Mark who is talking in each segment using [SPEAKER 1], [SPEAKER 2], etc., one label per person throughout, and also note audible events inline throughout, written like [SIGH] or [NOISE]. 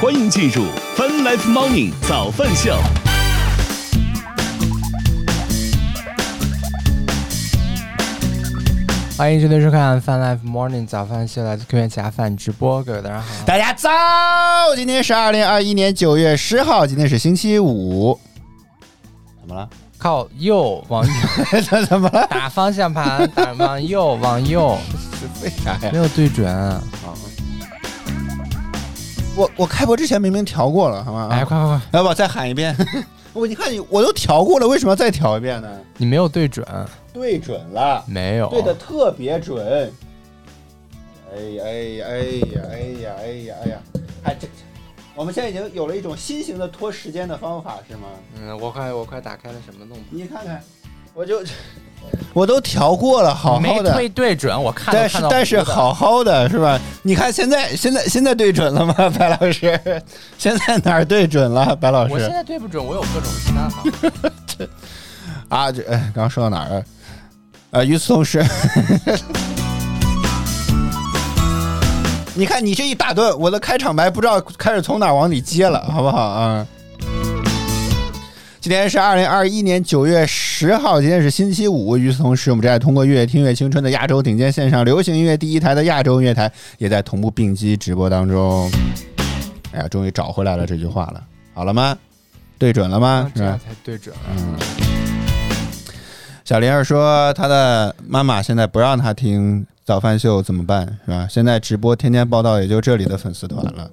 [SPEAKER 1] 欢迎进入 Fun Life Morning 早饭秀。
[SPEAKER 2] 欢迎收听收看《Fun Life Morning》早饭秀，来自 Q 元侠饭直播。各位大家好，
[SPEAKER 3] 大家早，今天是二零二一年九月十号，今天是星期五。怎么了？ [LAUGHS]
[SPEAKER 2] 靠右往右 [LAUGHS]
[SPEAKER 3] 这怎么了？
[SPEAKER 2] 打方向盘，打往右往右，
[SPEAKER 3] 为啥哎呀
[SPEAKER 2] 没？有对准、啊。
[SPEAKER 3] 我我开播之前明明调过了，好吗？
[SPEAKER 2] 哎，快快快，
[SPEAKER 3] 来吧，再喊一遍。 [LAUGHS] 我你看你，我都调过了，为什么要再调一遍呢？
[SPEAKER 2] 你没有对准，
[SPEAKER 3] 对准了，
[SPEAKER 2] 没有。
[SPEAKER 3] 对的，特别准。哎呀哎呀哎呀哎呀哎呀哎呀！哎，这我们现在已经有了一种新型的拖时间的方法，是吗？
[SPEAKER 2] 嗯，我快我快打开了什么弄
[SPEAKER 3] 你看看，我就 [LAUGHS] 我都调过了，好
[SPEAKER 2] 没
[SPEAKER 3] 好的。
[SPEAKER 2] 推对准，我看
[SPEAKER 3] 但
[SPEAKER 2] 都
[SPEAKER 3] 是
[SPEAKER 2] 看到
[SPEAKER 3] 但是
[SPEAKER 2] 糊的
[SPEAKER 3] 好好的是吧？你看现在现在现在对准了吗，白老师？现在哪儿对准了，白老
[SPEAKER 2] 我现
[SPEAKER 3] 师？
[SPEAKER 2] 在对不准，我有各种其他的方法。
[SPEAKER 3] 啊，这哎，刚刚说到哪儿了？呃，与此同时， [LAUGHS] 你看你这一打断，我的开场白不知道开始从哪儿往里接了，好不好啊？今天是二零二一年九月十号，今天是星期五。与此同时，我们正在通过“越听越青春”的亚洲顶尖线上流行音乐第一台的亚洲音乐台，也在同步并机直播当中。哎呀，终于找回来了这句话了，好了吗？对准了吗？是
[SPEAKER 2] 这样
[SPEAKER 3] 吧？
[SPEAKER 2] 才对准。啊
[SPEAKER 3] 小玲儿说，她的妈妈现在不让她听早饭秀，怎么办？是吧？现在直播天天报道，也就这里的粉丝团了。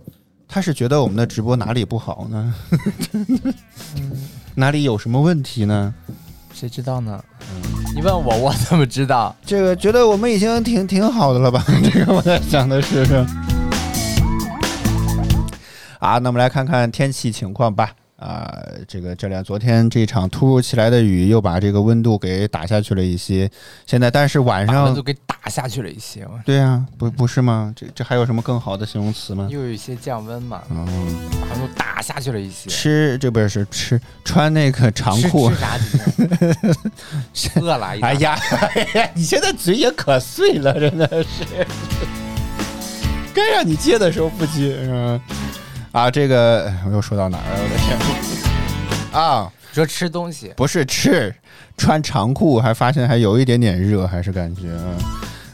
[SPEAKER 3] 她是觉得我们的直播哪里不好 [LAUGHS] 呢？哪里有什么问题呢？
[SPEAKER 2] 谁知道呢？你问我，我怎么知道？
[SPEAKER 3] 这个觉得我们已经挺挺好的了吧？ [LAUGHS] 这个我在想的是。啊，那我们来看看天气情况吧。啊，这个这两昨天这场突如其来的雨又把这个温度给打下去了一些。现在，但是晚
[SPEAKER 2] 把
[SPEAKER 3] 上
[SPEAKER 2] 门都给打下去了一些，我
[SPEAKER 3] 对呀、啊不不是吗？这这还有什么更好的形容词吗？
[SPEAKER 2] 又有一些降温嘛，
[SPEAKER 3] 嗯，
[SPEAKER 2] 把门都打下去了一些。
[SPEAKER 3] 吃这不是吃穿那个长裤
[SPEAKER 2] 吃，吃啥今
[SPEAKER 3] [LAUGHS]
[SPEAKER 2] 天？饿了，一
[SPEAKER 3] 哎
[SPEAKER 2] 大
[SPEAKER 3] 呀，哎呀，你现在嘴也可碎了，真的是。该让你接的时候不接，嗯，啊，这个哎我又说到哪儿了？我的天！啊，
[SPEAKER 2] 你说吃东西，
[SPEAKER 3] 不是吃，穿长裤还发现还有一点点热，还是感觉。嗯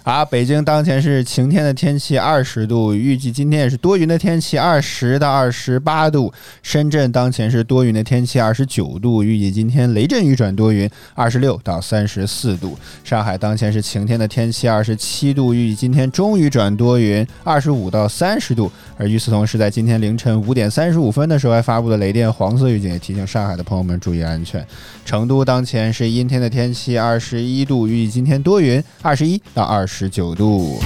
[SPEAKER 3] 啊，北京当前是晴天的天气，二十度，预计今天也是多云的天气，二十到二十八度。深圳当前是多云的天气，二十九度，预计今天雷阵雨转多云，二十六到三十四度。上海当前是晴天的天气，二十七度，预计今天终于转多云，二十五到三十度。而与此同时，在今天凌晨五点三十五分的时候还发布了雷电黄色预警，也提醒上海的朋友们注意安全。成都当前是阴天的天气，二十一度，预计今天多云，二十一到二十九度。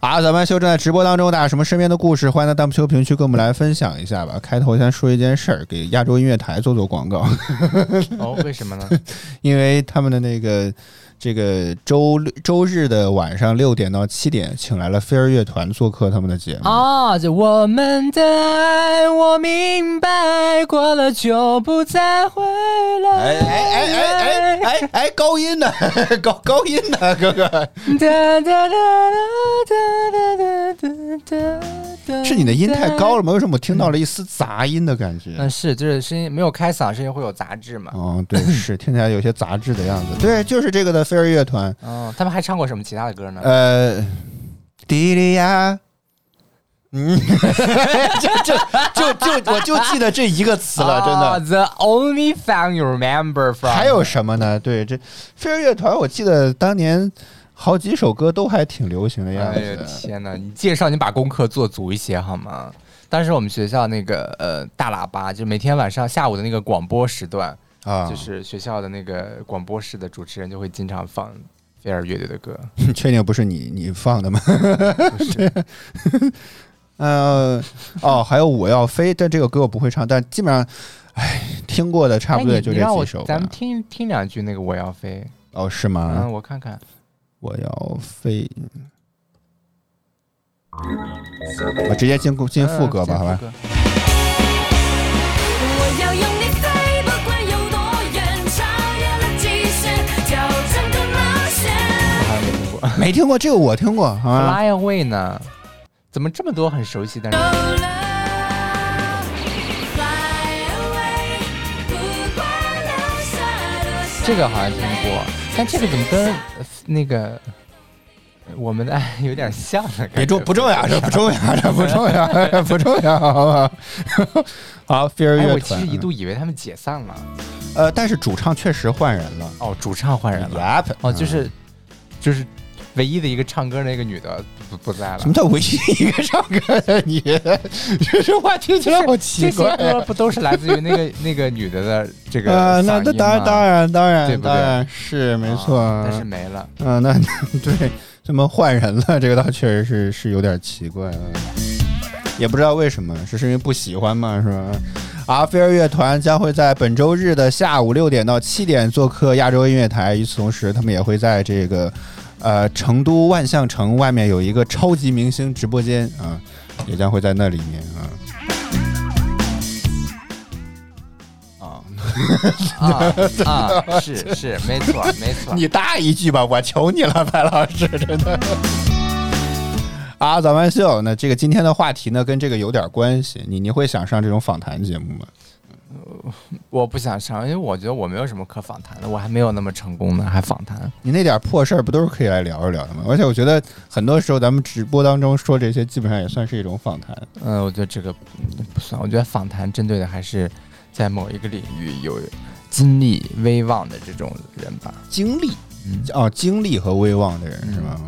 [SPEAKER 3] 啊，咱们秀正在直播当中，大家有什么身边的故事，欢迎在弹幕区、评论区跟我们来分享一下吧。开头先说一件事儿，给亚洲音乐台做做广告， [LAUGHS]
[SPEAKER 2] 哦，为什么呢？
[SPEAKER 3] 因为他们的那个这个周六周日的晚上六点到七点，请来了飞儿乐团做客他们的节目。
[SPEAKER 4] 哦
[SPEAKER 2] 啊，这我们的爱，我明白，过了就不再回来。
[SPEAKER 3] 哎哎哎哎哎哎哎，高音呢？ [LAUGHS] 高高音呢，哥哥？
[SPEAKER 2] 哒哒哒哒哒哒哒哒哒。
[SPEAKER 3] [LAUGHS] 是你的音太高了吗？为什么我听到了一丝杂音的感觉？
[SPEAKER 2] 嗯，是，就是声音没有开嗓，声音会有杂质嘛。
[SPEAKER 3] 哦，对，是听起来有些杂质的样子。对，就是这个的飞儿乐团。
[SPEAKER 2] 嗯，他们还唱过什么其他的歌呢？
[SPEAKER 3] 呃，迪丽呀，嗯， [LAUGHS] 就就就就我就记得这一个词了，
[SPEAKER 2] 啊
[SPEAKER 3] 真的。
[SPEAKER 2] 的。The 哦 only song you remember from。
[SPEAKER 3] 还有什么呢？对，这飞儿乐团，我记得当年好几首歌都还挺流行的样
[SPEAKER 2] 哎呦
[SPEAKER 3] 子。
[SPEAKER 2] 天哪！你介绍你把功课做足一些好吗？当时我们学校那个呃大喇叭，就每天晚上下午的那个广播时段，
[SPEAKER 3] 啊，
[SPEAKER 2] 就是学校的那个广播室的主持人就会经常放飞儿乐队的歌。
[SPEAKER 3] 你确定不是你你放的吗？
[SPEAKER 2] 不是
[SPEAKER 3] [LAUGHS] 呃，哦，还有我要飞，但这个歌我不会唱，但基本上，哎，听过的差不多
[SPEAKER 2] 哎
[SPEAKER 3] 也
[SPEAKER 2] 你
[SPEAKER 3] 就
[SPEAKER 2] 你
[SPEAKER 3] 这
[SPEAKER 2] 让
[SPEAKER 3] 几
[SPEAKER 2] 我
[SPEAKER 3] 首吧
[SPEAKER 2] 咱们。听听两句那个我要飞，
[SPEAKER 3] 哦，是吗？
[SPEAKER 2] 嗯，我看看。
[SPEAKER 3] 我要飞。我直接进攻进副歌吧，
[SPEAKER 2] 嗯
[SPEAKER 3] 好吧。
[SPEAKER 2] 进副歌
[SPEAKER 4] 我要用力飞，不管有多远，超越了极限，挑战更冒险。
[SPEAKER 2] 我好像没听过。
[SPEAKER 3] 没听过这个，我听过，好吧。
[SPEAKER 2] Fly Away 呢？怎么这么多很熟悉但是
[SPEAKER 4] No love, fly away，不管留下多少
[SPEAKER 2] 这个好像听过，但这个怎么跟呃那个呃我们的爱有点像呢？
[SPEAKER 3] 别重
[SPEAKER 2] 重
[SPEAKER 3] 不重要，这不重要，这不重
[SPEAKER 2] [LAUGHS]
[SPEAKER 3] 要，这不重要，好不好？ [LAUGHS] 好，Fear
[SPEAKER 2] 哎，
[SPEAKER 3] 乐
[SPEAKER 2] 我其实
[SPEAKER 3] 团
[SPEAKER 2] 一，度以为他们解散了。
[SPEAKER 3] 呃，但是主唱确实换人了
[SPEAKER 2] 哦，主唱换人了。
[SPEAKER 3] ，rap
[SPEAKER 2] 哦，就是就是唯一的一个唱歌那个女的不不在了
[SPEAKER 3] 什么。叫唯一一个唱歌的 [LAUGHS] 你？这句话听起来好奇
[SPEAKER 2] 这些
[SPEAKER 3] 怪。哎
[SPEAKER 2] 歌不都是来自于那个 [LAUGHS] 那个女的的这个
[SPEAKER 3] 呃，
[SPEAKER 2] 嗓
[SPEAKER 3] 那
[SPEAKER 2] 音
[SPEAKER 3] 那当然
[SPEAKER 2] 吗
[SPEAKER 3] 当然当
[SPEAKER 2] 对
[SPEAKER 3] 然
[SPEAKER 2] 不对
[SPEAKER 3] 当然是没错，
[SPEAKER 2] 啊但是没了。
[SPEAKER 3] 嗯、那 [LAUGHS] 对，怎么换人了？这个倒确实是是有点奇怪，嗯，也不知道为什么，是是因为不喜欢吗？是吧？啊，飞儿乐团将会在本周日的下午六点到七点做客亚洲音乐台。与此同时，他们也会在这个呃成都万象城外面有一个超级明星直播间啊，也将会在那里面啊。
[SPEAKER 2] 啊
[SPEAKER 3] [LAUGHS]
[SPEAKER 2] 啊，是是，没错没错。
[SPEAKER 3] 你搭一句吧，我求你了，白老师，真的。啊，早班秀，那这个今天的话题呢，跟这个有点关系。你你会想上这种访谈节目吗？
[SPEAKER 2] 我不想上，因为我觉得我没有什么可访谈的，我还没有那么成功呢，还访谈。
[SPEAKER 3] 你那点破事儿不都是可以来聊一聊的吗？而且我觉得很多时候咱们直播当中说这些，基本上也算是一种访谈。
[SPEAKER 2] 嗯，我觉得这个嗯不算，我觉得访谈针对的还是在某一个领域有经历威望的这种人
[SPEAKER 3] [LAUGHS]
[SPEAKER 2] 吧。
[SPEAKER 3] 经历
[SPEAKER 2] 嗯，
[SPEAKER 3] 哦，经历和威望的人是吧？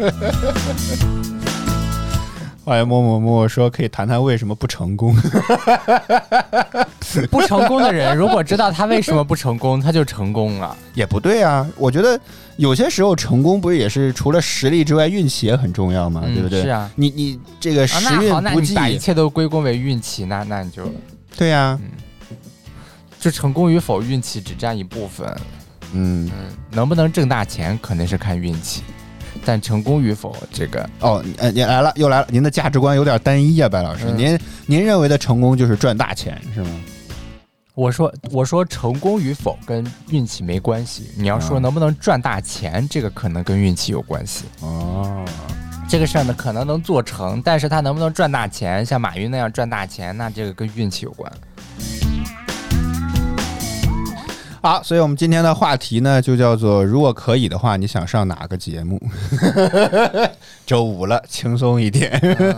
[SPEAKER 2] 嗯，
[SPEAKER 3] [LAUGHS] 后来默默默默说可以谈谈为什么不成功。
[SPEAKER 2] 不成功的人，如果知道他为什么不成功，他就成功了。
[SPEAKER 3] 也不对啊，我觉得有些时候成功不是也是除了实力之外，运气也很重要嘛，
[SPEAKER 2] 嗯
[SPEAKER 3] 对不对？
[SPEAKER 2] 是啊
[SPEAKER 3] 你你这个
[SPEAKER 2] 啊，
[SPEAKER 3] 时
[SPEAKER 2] 那
[SPEAKER 3] 运
[SPEAKER 2] 好，那
[SPEAKER 3] 不
[SPEAKER 2] 你
[SPEAKER 3] 济，
[SPEAKER 2] 把一切都归功为运气，那那你就
[SPEAKER 3] 对啊呀、
[SPEAKER 2] 就成功与否，运气只占一部分。
[SPEAKER 3] 嗯，
[SPEAKER 2] 嗯，能不能挣大钱肯定是看运气，但成功与否这个
[SPEAKER 3] 哦，你呃，您来了，又来了，您的价值观有点单一啊，白老师，
[SPEAKER 2] 嗯
[SPEAKER 3] 您您认为的成功就是赚大钱是吗？
[SPEAKER 2] 我说，我说成功与否跟运气没关系。你要说
[SPEAKER 3] 嗯
[SPEAKER 2] 能不能赚大钱，这个可能跟运气有关系。
[SPEAKER 3] 哦，
[SPEAKER 2] 这个事儿呢，可能能做成，但是他能不能赚大钱，像马云那样赚大钱，那这个跟运气有关。
[SPEAKER 3] 好，所以我们今天的话题呢，就叫做如果可以的话，你想上哪个节目？ [LAUGHS] 周五了，轻松一点，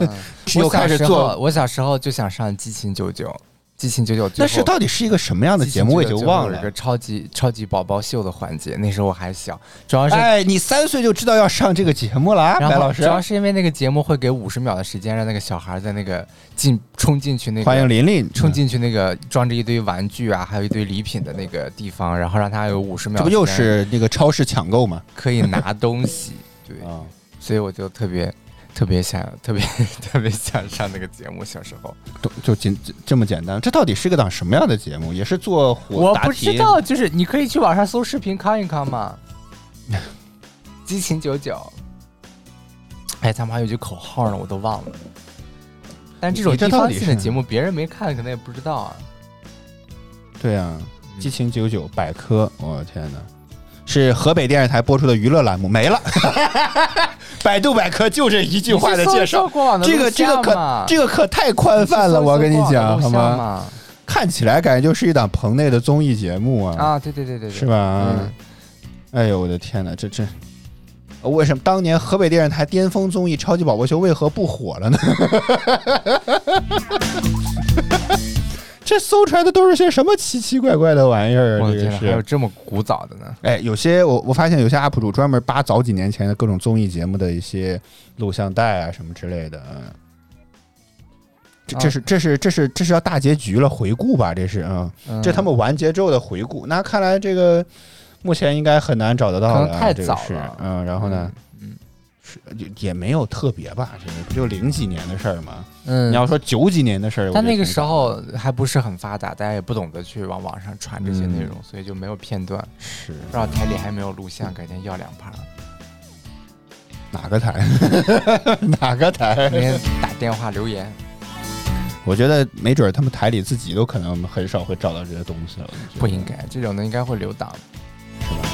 [SPEAKER 3] [LAUGHS] 又
[SPEAKER 2] 我
[SPEAKER 3] 开
[SPEAKER 2] 小
[SPEAKER 3] 始
[SPEAKER 2] 时
[SPEAKER 3] 做
[SPEAKER 2] 候，。我小时候就想上《激情九九》，《激情九九》最
[SPEAKER 3] 但
[SPEAKER 2] 后。
[SPEAKER 3] 是到底是一个什么样的节目，我已经忘了
[SPEAKER 2] 有一。个超级超级宝宝秀的环节，那时候我还小，主要是
[SPEAKER 3] 哎，你三岁就知道要上这个节目了啊，
[SPEAKER 2] 然
[SPEAKER 3] 白
[SPEAKER 2] 后
[SPEAKER 3] 老师
[SPEAKER 2] 主。要是因为那个节目会给五十秒的时间，让那个小孩在那个进冲进去那个
[SPEAKER 3] 欢迎琳嗯琳，
[SPEAKER 2] 冲进去那个装着一堆玩具啊，还有一堆礼品的那个地方，然后让他有五十秒，
[SPEAKER 3] 这不又是那个超市抢购吗？
[SPEAKER 2] 可以拿东西？对，
[SPEAKER 3] [LAUGHS] 啊，
[SPEAKER 2] 所以我就特别特别想特别 [LAUGHS] 特别想上那个节目。小时候
[SPEAKER 3] 都就仅这这么简单。这到底是个档什么样的节目？也是做活
[SPEAKER 2] 我
[SPEAKER 3] 答
[SPEAKER 2] 不
[SPEAKER 3] 题
[SPEAKER 2] 知道，就是你可以去网上搜视频看一看
[SPEAKER 3] [LAUGHS]
[SPEAKER 2] 嘛。激情九九，哎，他们还有句口号呢，我都忘了。但这种
[SPEAKER 3] 你这
[SPEAKER 2] 地
[SPEAKER 3] 到
[SPEAKER 2] 方
[SPEAKER 3] 底
[SPEAKER 2] 性的
[SPEAKER 3] 是
[SPEAKER 2] 节目，别人没看，可能也不知道啊。
[SPEAKER 3] 对啊，激情九九百科，我、的天哪！是河北电视台播出的娱乐栏目，没了。 [LAUGHS] 百度百科就这一句话的
[SPEAKER 2] 你去
[SPEAKER 3] 介
[SPEAKER 2] 搜一
[SPEAKER 3] 绍
[SPEAKER 2] 搜，过往的
[SPEAKER 3] 这个
[SPEAKER 2] 录
[SPEAKER 3] 这个
[SPEAKER 2] 像
[SPEAKER 3] 可
[SPEAKER 2] 嘛
[SPEAKER 3] 这个可太宽泛了，我跟你讲好吗？
[SPEAKER 2] 吗？
[SPEAKER 3] 看起来感觉就是一档棚内的综艺节目啊，
[SPEAKER 2] 啊，对对对对对，
[SPEAKER 3] 是吧？
[SPEAKER 2] 嗯
[SPEAKER 3] 哎呦，我的天哪，这这。呃为什么当年河北电视台巅峰综艺《超级宝宝秀》为何不火了呢？ [LAUGHS] 这搜出来的都是些什么奇奇怪怪的玩意儿啊？
[SPEAKER 2] 我的
[SPEAKER 3] 这个
[SPEAKER 2] 天哪，还有
[SPEAKER 3] 是，
[SPEAKER 2] 这么古早的呢？
[SPEAKER 3] 哎，有些我我发现有些 UP 主专门扒早几年前的各种综艺节目的一些录像带啊什么之类的，嗯，这这是这是这是这是要大结局了，回顾吧，这是啊、
[SPEAKER 2] 嗯
[SPEAKER 3] 这他们完结之后的回顾。那看来这个目前应该很难找得到了啊，
[SPEAKER 2] 可能太
[SPEAKER 3] 这个
[SPEAKER 2] 早
[SPEAKER 3] 是
[SPEAKER 2] 了
[SPEAKER 3] 嗯，然后呢，是也也没有特别吧，这个不就零几年的事儿吗？
[SPEAKER 2] 嗯
[SPEAKER 3] 你要说九几年的事儿，我
[SPEAKER 2] 但
[SPEAKER 3] 觉得
[SPEAKER 2] 那个
[SPEAKER 3] 挺
[SPEAKER 2] 时候还不是很发达，大家也不懂得去往网上传这些
[SPEAKER 3] 嗯
[SPEAKER 2] 内容，所以就没有片段。
[SPEAKER 3] 是
[SPEAKER 2] 不知道台里还没有录像，改天要两盘。
[SPEAKER 3] 哪个台 [LAUGHS] 哪个台
[SPEAKER 2] 那？天打电话留 [LAUGHS] 言，
[SPEAKER 3] 我觉得没准儿他们台里自己都可能很少会找到这些东西了。我觉得
[SPEAKER 2] 不应该，这种的应该会留档。
[SPEAKER 3] 是吧？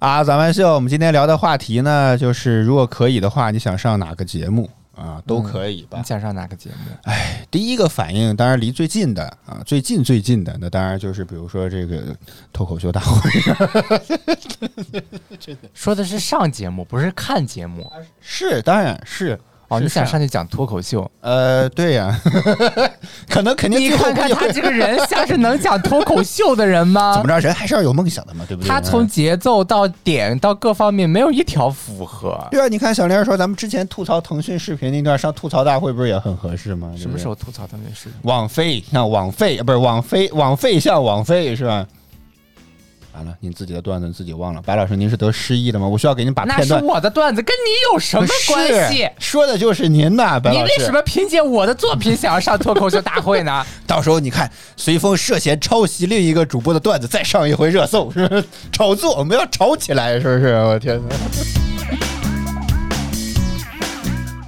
[SPEAKER 3] 啊，咱们秀，我们今天聊的话题呢，就是如果可以的话，你想上哪个节目啊，
[SPEAKER 2] 嗯
[SPEAKER 3] 都可以吧
[SPEAKER 2] 你。想上哪个节目？
[SPEAKER 3] 第一个反应当然离最近的啊，最近最近的，那当然就是比如说这个脱口秀大会
[SPEAKER 2] 说的是上节目，不是看节目
[SPEAKER 3] 是，当然是。
[SPEAKER 2] 哦。
[SPEAKER 3] 是
[SPEAKER 2] 你想
[SPEAKER 3] 是
[SPEAKER 2] 哎上去讲脱口秀？
[SPEAKER 3] 呃，对呀、 [LAUGHS] 可能肯定
[SPEAKER 2] 你
[SPEAKER 3] 最后
[SPEAKER 2] 看看
[SPEAKER 3] 不
[SPEAKER 2] 他
[SPEAKER 3] 有
[SPEAKER 2] 这个 [LAUGHS] 人，像是能讲脱口秀的人
[SPEAKER 3] [LAUGHS] 怎
[SPEAKER 2] 吗
[SPEAKER 3] 么？着，人还是要有梦想的嘛，对不嗯对？
[SPEAKER 2] 他从节奏到点到各方面没有一条符合。
[SPEAKER 3] 对啊，你看小玲儿说，咱们之前吐槽腾讯视频那段上吐槽大会，不是也很合适吗？对不对
[SPEAKER 2] 什么时候吐槽他们的事情？
[SPEAKER 3] 网飞，像网飞不是网飞，网飞像网飞是吧？
[SPEAKER 2] 嗯
[SPEAKER 3] 完了，您自己的段子自己忘了。白老师，您是得失忆了吗？我需要给您把
[SPEAKER 2] 那
[SPEAKER 3] 片
[SPEAKER 2] 是
[SPEAKER 3] 段。
[SPEAKER 2] 我的段子，跟你有什么关系？
[SPEAKER 3] 是说的就是您呐，白
[SPEAKER 2] 你
[SPEAKER 3] 老师。
[SPEAKER 2] 为什么凭借我的作品想要上脱口秀大会呢？
[SPEAKER 3] 到时候你看，随风涉嫌抄袭另一个主播的段子，再上一回热搜，是不是？炒作，我们要炒起来，是不是？我天哪！
[SPEAKER 2] [LAUGHS]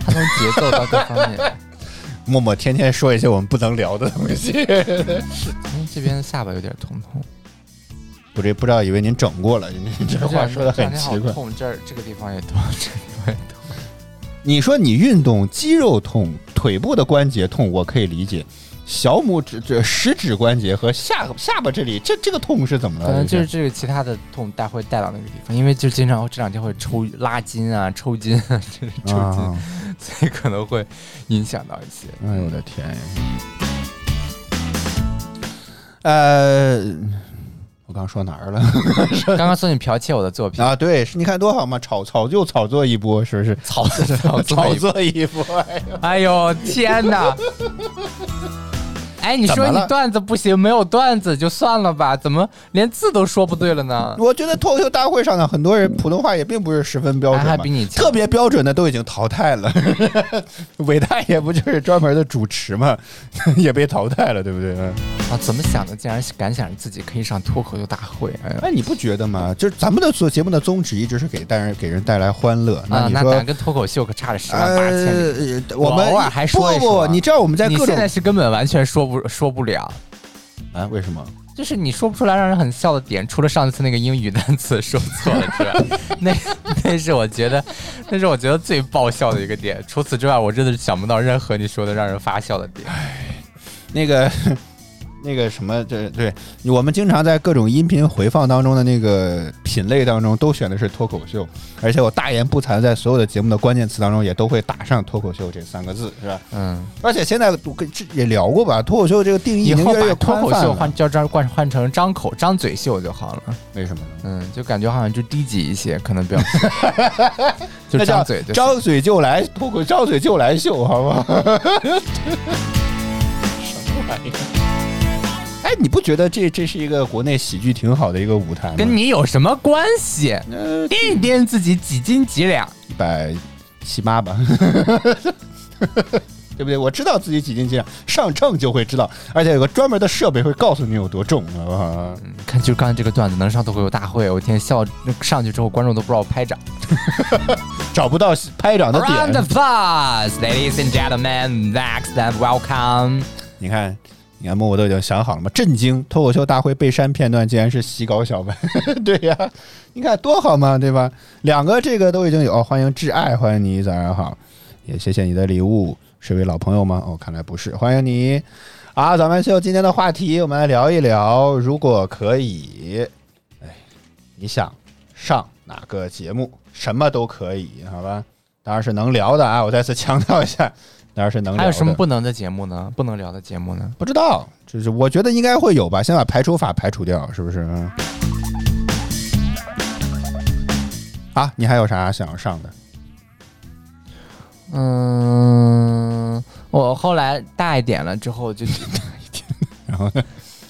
[SPEAKER 2] 他从节奏到各方面，
[SPEAKER 3] 默默天天说一些我们不能聊的东西，
[SPEAKER 2] 嗯这边的下巴有点痛痛。
[SPEAKER 3] 我这不知道以为您整过了，您这话说的
[SPEAKER 2] 这两天
[SPEAKER 3] 很奇
[SPEAKER 2] 好
[SPEAKER 3] 怪。
[SPEAKER 2] 痛，这儿这个地方也痛，这个地方也痛。
[SPEAKER 3] 你说你运动肌肉痛、腿部的关节痛，我可以理解。小拇指、这食指关节和下下巴这里，这这个痛是怎么了？
[SPEAKER 2] 可能就是
[SPEAKER 3] 这
[SPEAKER 2] 这个其他的痛带会带到那个地方，因为就经常这两天会抽拉筋啊、抽筋啊，这是抽筋，
[SPEAKER 3] 啊！
[SPEAKER 2] 所以可能会影响到一些。
[SPEAKER 3] 哎呦我的天呀！呃，我刚说哪儿了？ [LAUGHS]
[SPEAKER 2] 刚刚说你剽窃我的作品，
[SPEAKER 3] 啊，对，是你看多好嘛，炒炒就炒作一波，是不是？
[SPEAKER 2] 操操
[SPEAKER 3] 炒
[SPEAKER 2] 作一
[SPEAKER 3] 作一波，哎呦
[SPEAKER 2] 哎呦天哪！哎，你
[SPEAKER 3] 怎
[SPEAKER 2] 说
[SPEAKER 3] 么
[SPEAKER 2] 你
[SPEAKER 3] 了
[SPEAKER 2] 段子不行，没有段子就算了吧，怎么连字都说不对了呢？
[SPEAKER 3] 我觉得脱口秀大会上的很多人普通话也并不是十分标准嘛，
[SPEAKER 2] 还还比你强
[SPEAKER 3] 特别标准的都已经淘汰了。 [LAUGHS] 伟大爷不就是专门的主持嘛， [LAUGHS] 也被淘汰了，对不对？嗯
[SPEAKER 2] 啊，怎么想的？竟然敢想着自己可以上脱口秀大会？哎呀，
[SPEAKER 3] 哎，你不觉得吗？就是咱们的做节目的宗旨一直是给带人给人带来欢乐。
[SPEAKER 2] 啊，
[SPEAKER 3] 你
[SPEAKER 2] 那
[SPEAKER 3] 说，
[SPEAKER 2] 咱跟脱口秀可差了十万八千里。
[SPEAKER 3] 呃，我们
[SPEAKER 2] 偶尔还说一
[SPEAKER 3] 不
[SPEAKER 2] 说
[SPEAKER 3] 不，你知道我们在
[SPEAKER 2] 你
[SPEAKER 3] 各种
[SPEAKER 2] 现在是根本完全说不说不了，
[SPEAKER 3] 啊？为什么？
[SPEAKER 2] 就是你说不出来让人很笑的点，除了上次那个英语单词说错了之外， [LAUGHS] 那那是我觉得，那是我觉得最爆笑的一个点。除此之外，我真的是想不到任何你说的让人发笑的点。
[SPEAKER 3] 那个那个什么，这对我们经常在各种音频回放当中的那个品类当中都选的是脱口秀，而且我大言不惭，在所有的节目的关键词当中也都会打上脱口秀这三个字，是吧？
[SPEAKER 2] 嗯，
[SPEAKER 3] 而且现在我跟这也聊过吧，脱口秀这个定义已
[SPEAKER 2] 以
[SPEAKER 3] 经
[SPEAKER 2] 后
[SPEAKER 3] 越来
[SPEAKER 2] 把
[SPEAKER 3] 越
[SPEAKER 2] 脱
[SPEAKER 3] 宽
[SPEAKER 2] 口
[SPEAKER 3] 泛
[SPEAKER 2] 秀
[SPEAKER 3] 了
[SPEAKER 2] 换叫张换换成张口张嘴秀就好了。
[SPEAKER 3] 为什么呢？
[SPEAKER 2] 嗯，就感觉好像就低级一些，可能比较
[SPEAKER 3] [LAUGHS]
[SPEAKER 2] 就
[SPEAKER 3] 那叫
[SPEAKER 2] 张嘴就行
[SPEAKER 3] 张嘴就来脱口，张嘴就来秀，好
[SPEAKER 2] [LAUGHS]
[SPEAKER 3] 不好？什么玩意儿？哎，你不觉得这这是一个国内喜剧挺好的一个舞台吗？
[SPEAKER 2] 跟你有什么关系？
[SPEAKER 3] 呃
[SPEAKER 2] 掂一掂自己几斤几两。
[SPEAKER 3] 一百七八吧， [LAUGHS] 对不对？我知道自己几斤几两，上秤就会知道，而且有个专门的设备会告诉你有多重，好不好？
[SPEAKER 2] 看，就刚才这个段子能上脱口秀大会，我天笑上去之后，观众都不知道我拍掌。
[SPEAKER 3] 找不到拍掌的
[SPEAKER 2] Round
[SPEAKER 3] 点
[SPEAKER 2] of，applause, ladies and gentlemen, thanks and welcome。
[SPEAKER 3] 你看。你看，默默都已经想好了吗？震惊！脱口秀大会被删片段竟然是洗稿小白， [LAUGHS] 对呀、你看多好嘛，对吧？两个这个都已经有，哦欢迎挚爱，欢迎你，早上好，也谢谢你的礼物，是位老朋友吗？哦，看来不是，欢迎你。啊，咱们就今天的话题，我们来聊一聊，如果可以，哎，你想上哪个节目，什么都可以，好吧？当然是能聊的啊！我再次强调一下，当然是能聊的。
[SPEAKER 2] 还有什么不能的节目呢？不能聊的节目呢？
[SPEAKER 3] 不知道，就是我觉得应该会有吧，先把排除法排除掉，是不是？嗯啊，你还有啥想要上的？
[SPEAKER 2] 嗯，我后来大一点了之后就，
[SPEAKER 3] 然后呢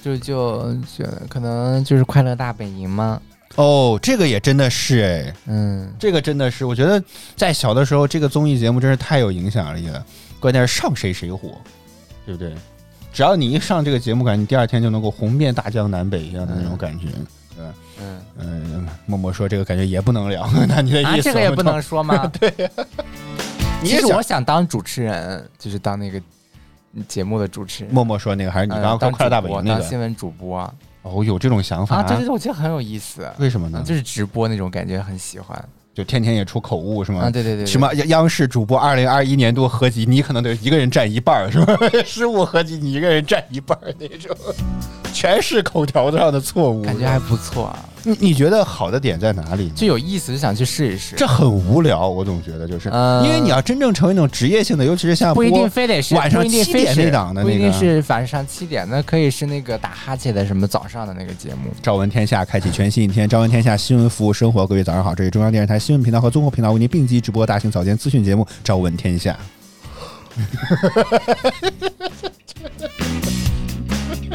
[SPEAKER 2] 就就觉得可能就是快乐大本营嘛。
[SPEAKER 3] 哦，这个也真的是哎，
[SPEAKER 2] 嗯，
[SPEAKER 3] 这个真的是，我觉得在小的时候，这个综艺节目真是太有影响力了。关键是上谁谁火，对不对？只要你一上这个节目，感觉你第二天就能够红遍大江南北一样的那种感觉。
[SPEAKER 2] 嗯，
[SPEAKER 3] 嗯，默默说这个感觉也不能聊， [LAUGHS] 那你的意思、
[SPEAKER 2] 啊，这个也
[SPEAKER 3] 我们
[SPEAKER 2] 不能说
[SPEAKER 3] [LAUGHS]
[SPEAKER 2] 吗？对，
[SPEAKER 3] 你
[SPEAKER 2] 其
[SPEAKER 3] 也
[SPEAKER 2] 实
[SPEAKER 3] 想
[SPEAKER 2] 我想当主持人，就是当那个节目的主持人。
[SPEAKER 3] 默默说那个还是你刚
[SPEAKER 2] 呃
[SPEAKER 3] 刚
[SPEAKER 2] 当
[SPEAKER 3] 快乐大本
[SPEAKER 2] 主播
[SPEAKER 3] 营那
[SPEAKER 2] 当
[SPEAKER 3] 个
[SPEAKER 2] 新闻主播，
[SPEAKER 3] 哦，有这种想法、
[SPEAKER 2] 啊，对对啊对，我觉得很有意思。
[SPEAKER 3] 为什么呢？
[SPEAKER 2] 就是直播那种感觉很喜欢
[SPEAKER 3] 就天天也出口误是吗？
[SPEAKER 2] 啊，对对对，对
[SPEAKER 3] 什么央央视主播二零二一年度合集，你可能得一个人占一半儿，是吧？ [LAUGHS] 失误合集你一个人占一半儿那种，全是口条上的错误。
[SPEAKER 2] 感觉还不错啊，
[SPEAKER 3] 你你觉得好的点在哪里呢？
[SPEAKER 2] 就有意思，就想去试一试。
[SPEAKER 3] 这很无聊，我总觉得就是，
[SPEAKER 2] 呃
[SPEAKER 3] 因为你要真正成为那种职业性的，尤其是像
[SPEAKER 2] 不一定
[SPEAKER 3] 播
[SPEAKER 2] 非得是
[SPEAKER 3] 晚上
[SPEAKER 2] 不一定
[SPEAKER 3] 7
[SPEAKER 2] 非
[SPEAKER 3] 点
[SPEAKER 2] 是
[SPEAKER 3] 那档的
[SPEAKER 2] 不一
[SPEAKER 3] 那
[SPEAKER 2] 定
[SPEAKER 3] 个
[SPEAKER 2] 是晚上七点，那可以是那个打哈欠的什么早上的那个节目。
[SPEAKER 3] 《朝闻天下》开启全新一天，《朝闻天下》新闻服务生活。各位早上好，这是中央电视台新闻频道和综合频道为您并机直播大型早间资讯节目《朝闻天下》。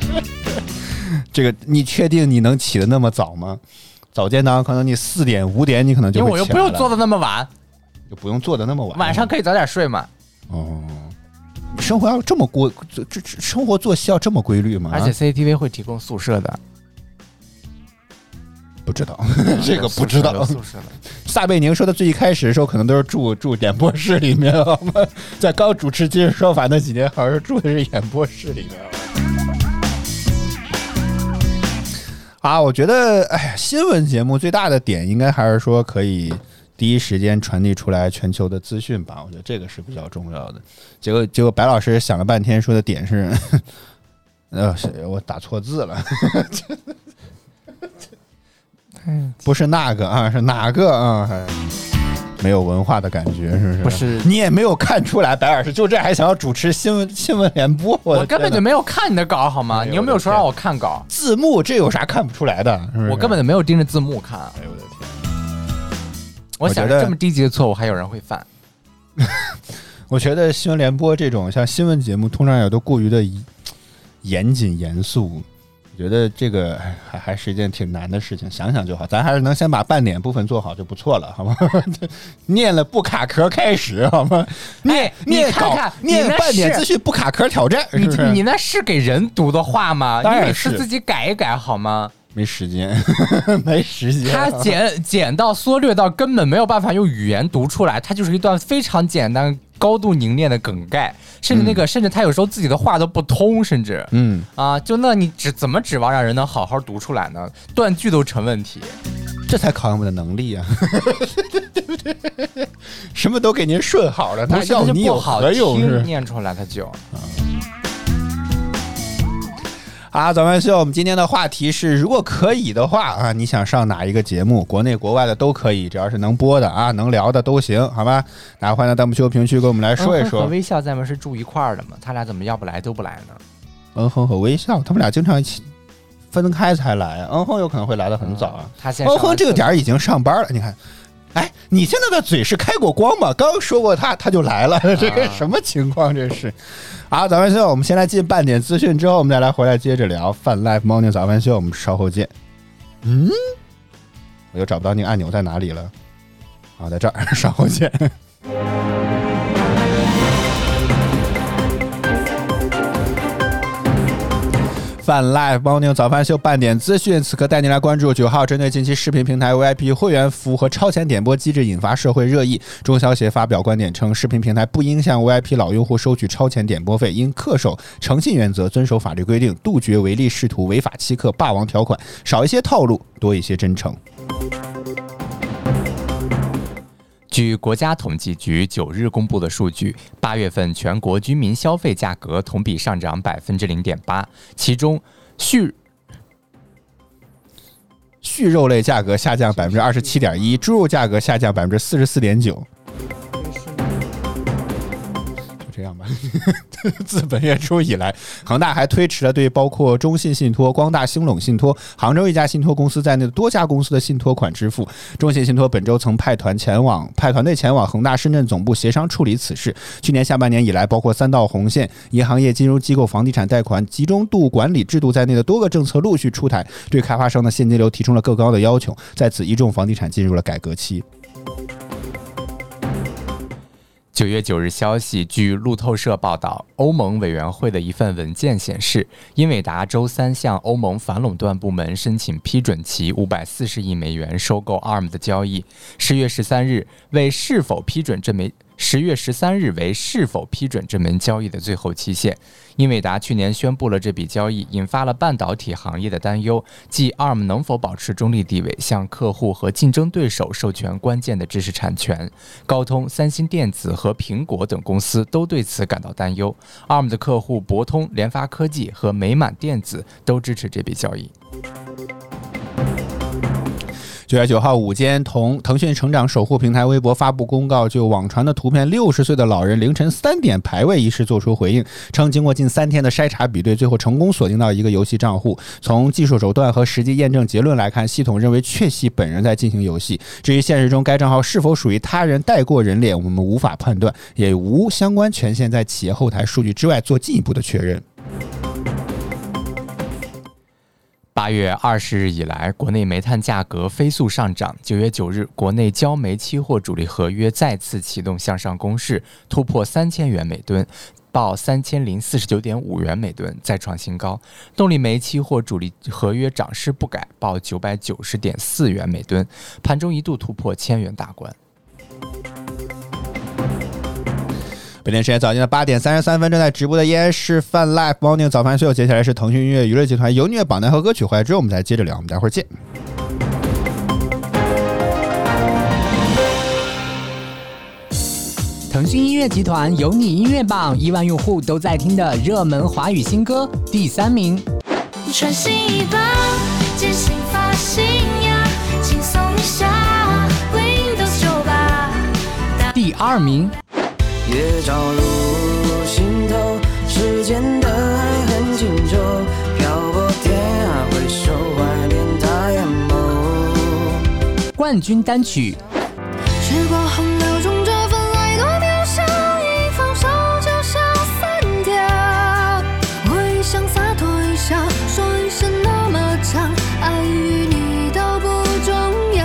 [SPEAKER 3] [LAUGHS] 这个你确定你能起得那么早吗？早间档可能你四点五点你可能就
[SPEAKER 2] 因
[SPEAKER 3] 会
[SPEAKER 2] 为我又
[SPEAKER 3] 起
[SPEAKER 2] 不
[SPEAKER 3] 来
[SPEAKER 2] 用
[SPEAKER 3] 了
[SPEAKER 2] 做的那么晚，
[SPEAKER 3] 就不用做的那么晚。
[SPEAKER 2] 晚上可以早点睡嘛。
[SPEAKER 3] 哦，生活要这么规，这这这生活作息要这么规律吗？
[SPEAKER 2] 而且 CCTV 会提供宿舍的，
[SPEAKER 3] 不知道， [LAUGHS] 这个不知
[SPEAKER 2] 有
[SPEAKER 3] 道。
[SPEAKER 2] 宿舍的。
[SPEAKER 3] 撒贝宁说的最一开始的时候，可能都是住住演播室里面，好吗？在刚主持《今日说法》那几年，好像是住的是演播室里面。啊，我觉得，哎呀，新闻节目最大的点，应该还是说可以第一时间传递出来全球的资讯吧。我觉得这个是比较重要的。结果，结果白老师想了半天，说的点是，呃，是我打错字了。 [LAUGHS]
[SPEAKER 2] 嗯，
[SPEAKER 3] 不是那个啊，是哪个啊？还没有文化的感觉，是不是？
[SPEAKER 2] 不是
[SPEAKER 3] 你也没有看出来，白老师就这还想要主持新闻新闻联播，我
[SPEAKER 2] 我根本就
[SPEAKER 3] 没
[SPEAKER 2] 没有看你的稿好
[SPEAKER 3] 哎
[SPEAKER 2] 吗？
[SPEAKER 3] 呦
[SPEAKER 2] 你又没有说让我看稿，
[SPEAKER 3] 字幕，这有啥看不出来的？是不是
[SPEAKER 2] 我根本就没有盯着字幕看。啊
[SPEAKER 3] 哎呦我的天！
[SPEAKER 2] 我想
[SPEAKER 3] 我
[SPEAKER 2] 着
[SPEAKER 3] 觉得
[SPEAKER 2] 这么低级的错误还有人会犯，
[SPEAKER 3] 我觉得新闻联播这种像新闻节目，通常也都过于的严谨严肃。我觉得这个哎还还是一件挺难的事情，想想就好。咱还是能先把半点部分做好就不错了，好吗？ [LAUGHS] 念了不卡壳开始，好吗？念、
[SPEAKER 2] 哎你
[SPEAKER 3] 念
[SPEAKER 2] 看
[SPEAKER 3] 稿
[SPEAKER 2] 看
[SPEAKER 3] 念
[SPEAKER 2] 你那
[SPEAKER 3] 半点
[SPEAKER 2] 是
[SPEAKER 3] 资讯不卡壳挑战，是
[SPEAKER 2] [LAUGHS] 你
[SPEAKER 3] 不是？
[SPEAKER 2] 你那是给人读的话吗？
[SPEAKER 3] 当
[SPEAKER 2] 你
[SPEAKER 3] 然
[SPEAKER 2] 每次
[SPEAKER 3] 是
[SPEAKER 2] 自己改一改好吗？
[SPEAKER 3] [LAUGHS] 没时间，没时间。 [LAUGHS]
[SPEAKER 2] 它 [LAUGHS] 简简到缩略到根本没有办法用语言读出来，它就是一段非常简单、高度凝练的梗概，甚至那个，甚至他有时候自己的话都不通，甚至
[SPEAKER 3] 嗯，
[SPEAKER 2] 啊，就那你指怎么指望让人能好好读出来呢？断句都成问题。
[SPEAKER 3] 这才考验我们的能力啊， [LAUGHS] 对不对？什么都给您顺好了，他
[SPEAKER 2] 不是它
[SPEAKER 3] 要
[SPEAKER 2] 就
[SPEAKER 3] 你
[SPEAKER 2] 不
[SPEAKER 3] 有
[SPEAKER 2] 好
[SPEAKER 3] 何用是
[SPEAKER 2] 听
[SPEAKER 3] 吧？
[SPEAKER 2] 念出来，它就
[SPEAKER 3] 啊，早饭秀，我们今天的话题是，如果可以的话啊，你想上哪一个节目，国内国外的都可以，只要是能播的啊，能聊的都行，好吧？大家欢迎到弹幕区和评论区跟我们来说一
[SPEAKER 2] 嗯
[SPEAKER 3] 说
[SPEAKER 2] 和。微笑咱们是住一块儿的嘛，他俩怎么要不来都不来呢？
[SPEAKER 3] 嗯哼和微笑，他们俩经常一起分开才来，嗯哼有可能会来的很早啊。
[SPEAKER 2] 他现在
[SPEAKER 3] 包坤这个点儿已经上班了，你看，哎，你现在的嘴是开过光吗？刚说过他，他就来了， [LAUGHS] 这个什么情况？这是啊，早饭秀，我们先来进半点资讯，之后我们再来回来接着聊饭 life morning 早饭秀，我们稍后见。嗯，我又找不到那个按钮在哪里了。啊，在这儿， [LAUGHS] 稍后见。泛 live morning 早饭秀半点资讯，此刻带您来关注九号针对近期视频平台 VIP 会员服务和超前点播机制引发社会热议。中消协发表观点称，视频平台不应向 VIP 老用户收取超前点播费，应恪守诚信原则，遵守法律规定，杜绝唯利是图、违法欺客、霸王条款，少一些套路，多一些真诚。
[SPEAKER 2] 据国家统计局九日公布的数据，八月份全国居民消费价格同比上涨百分之零点八，其中畜
[SPEAKER 3] 畜肉类价格下降百分之二十七点一，猪肉价格下降百分之四十四点九。就这样吧。 [LAUGHS] 自本月初以来，恒大还推迟了对包括中信信托、光大兴隆信托、杭州一家信托公司在内的多家公司的信托款支付。中信信托本周曾派团前往派团队前往恒大深圳总部协商处理此事。去年下半年以来，包括三道红线、银行业金融机构房地产贷款集中度管理制度在内的多个政策陆续出台，对开发商的现金流提出了更高的要求。在此，一众房地产进入了改革期。
[SPEAKER 2] 九月九日消息，据路透社报道，欧盟委员会的一份文件显示，英伟达周三向欧盟反垄断部门申请批准其五百四十亿美元收购 ARM 的交易。十月十三日，为是否批准这枚十月十三日为是否批准这门交易的最后期限。英伟达去年宣布了这笔交易，引发了半导体行业的担忧，即 ARM 能否保持中立地位，向客户和竞争对手授权关键的知识产权。高通、三星电子和苹果等公司都对此感到担忧。ARM 的客户博通、联发科技和美满电子都支持这笔交易。
[SPEAKER 3] 九月九号午间，同腾讯成长守护平台微博发布公告，就网传的图片六十岁的老人凌晨三点排位一事做出回应，称经过近三天的筛查比对，最后成功锁定到一个游戏账户。从技术手段和实际验证结论来看，系统认为确系本人在进行游戏。至于现实中该账号是否属于他人带过人脸，我们无法判断，也无相关权限在企业后台数据之外做进一步的确认。
[SPEAKER 2] 八月二十日以来，国内煤炭价格飞速上涨。九月九日，国内焦煤期货主力合约再次启动向上攻势，突破三千元每吨。报三千零四十九点五元每吨，再创新高。动力煤期货主力合约涨势不改，报九百九十点四元每吨，盘中一度突破千元大关。
[SPEAKER 3] 北京时间早间的八点三十三分，正在直播的依然是泛 Live Morning 早饭秀。接下来是腾讯音乐娱乐集团由虐榜单和歌曲回来之后，我们再接着聊。我们待会儿见。
[SPEAKER 5] 腾讯音乐集团有你音乐榜，亿万用户都在听的热门华语新歌，第三名。
[SPEAKER 4] 穿新衣吧，剪新发型呀，轻松一下，Windows 九八。
[SPEAKER 5] 第二名，
[SPEAKER 6] 也照入心头，时间的海很紧皱，漂泊天涯回首，怀念他眼眸。
[SPEAKER 5] 冠军单曲
[SPEAKER 4] 时光洪流中，这份爱多渺小，一放手就消散掉。我也想洒脱一笑，说一生那么长，爱与你都不重要。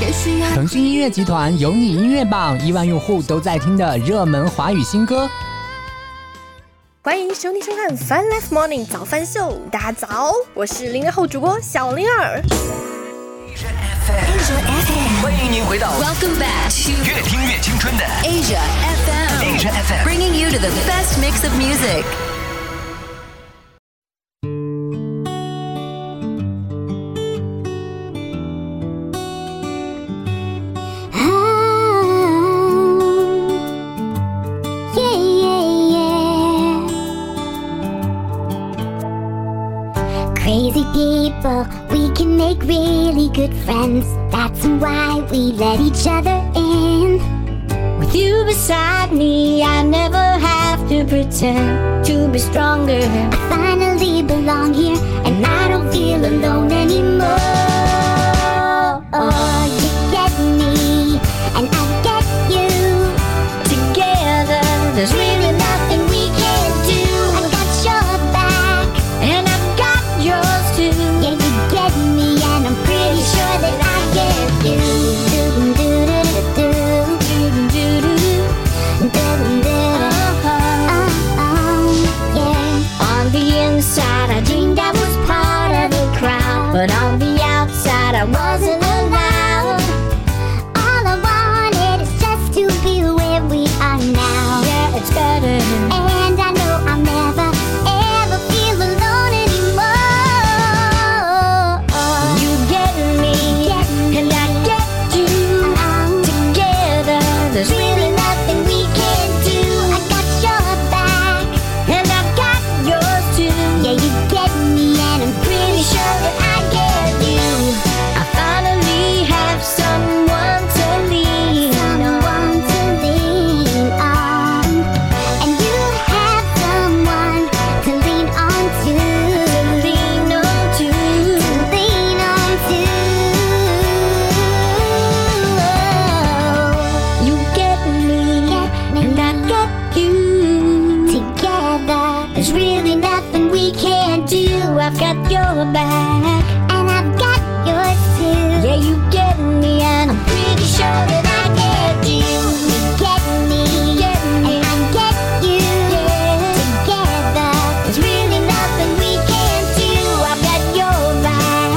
[SPEAKER 4] 也许还
[SPEAKER 5] 腾讯音乐集团有你音乐榜，亿万用户都在听的热门华语新歌。
[SPEAKER 7] 欢迎收听收看《Fun Life Morning 早饭秀》，大家早，我是零零后主播小灵儿。
[SPEAKER 8] 欢迎您回到
[SPEAKER 4] Welcome back to
[SPEAKER 8] 越听越青春的
[SPEAKER 4] Asia FM,
[SPEAKER 8] Asia FM。
[SPEAKER 4] bringing you to the best mix of music.
[SPEAKER 9] [GASPS] people, we can make really good friends. That's why we let each other in. With you beside me, I never have to pretend to be stronger. I finally belong here, and I don't feel alone anymore. You get me, and I get you. Together, there's really nothing we can't do. I got your back, and I've got yours too. Yeah, you get me, and I'm pretty sure that I get you. Uh-huh. On the inside, I dreamed I was part of a crowd, but on the outside, I wasn't allowed. All I wanted is just to be where we are now. Yeah, it's better. And I know I'll never, ever feel alone anymore. You get me, and I get you. Together, there's really nothing we can do. I got your back, and I've got yours too. Yeah, you get me, and I'm pretty sure that I get you. I finally have someone to lean on. And you have someone to lean on to. To lean on to. lean on to. You get me, and I get you. Together, there's really nothing we can't do. I've got your back. And I've got yours too. Yeah, you get me, and I'm pretty sure that I get you. You get me, and I get you. Together, there's really nothing we can't do. I've got your back,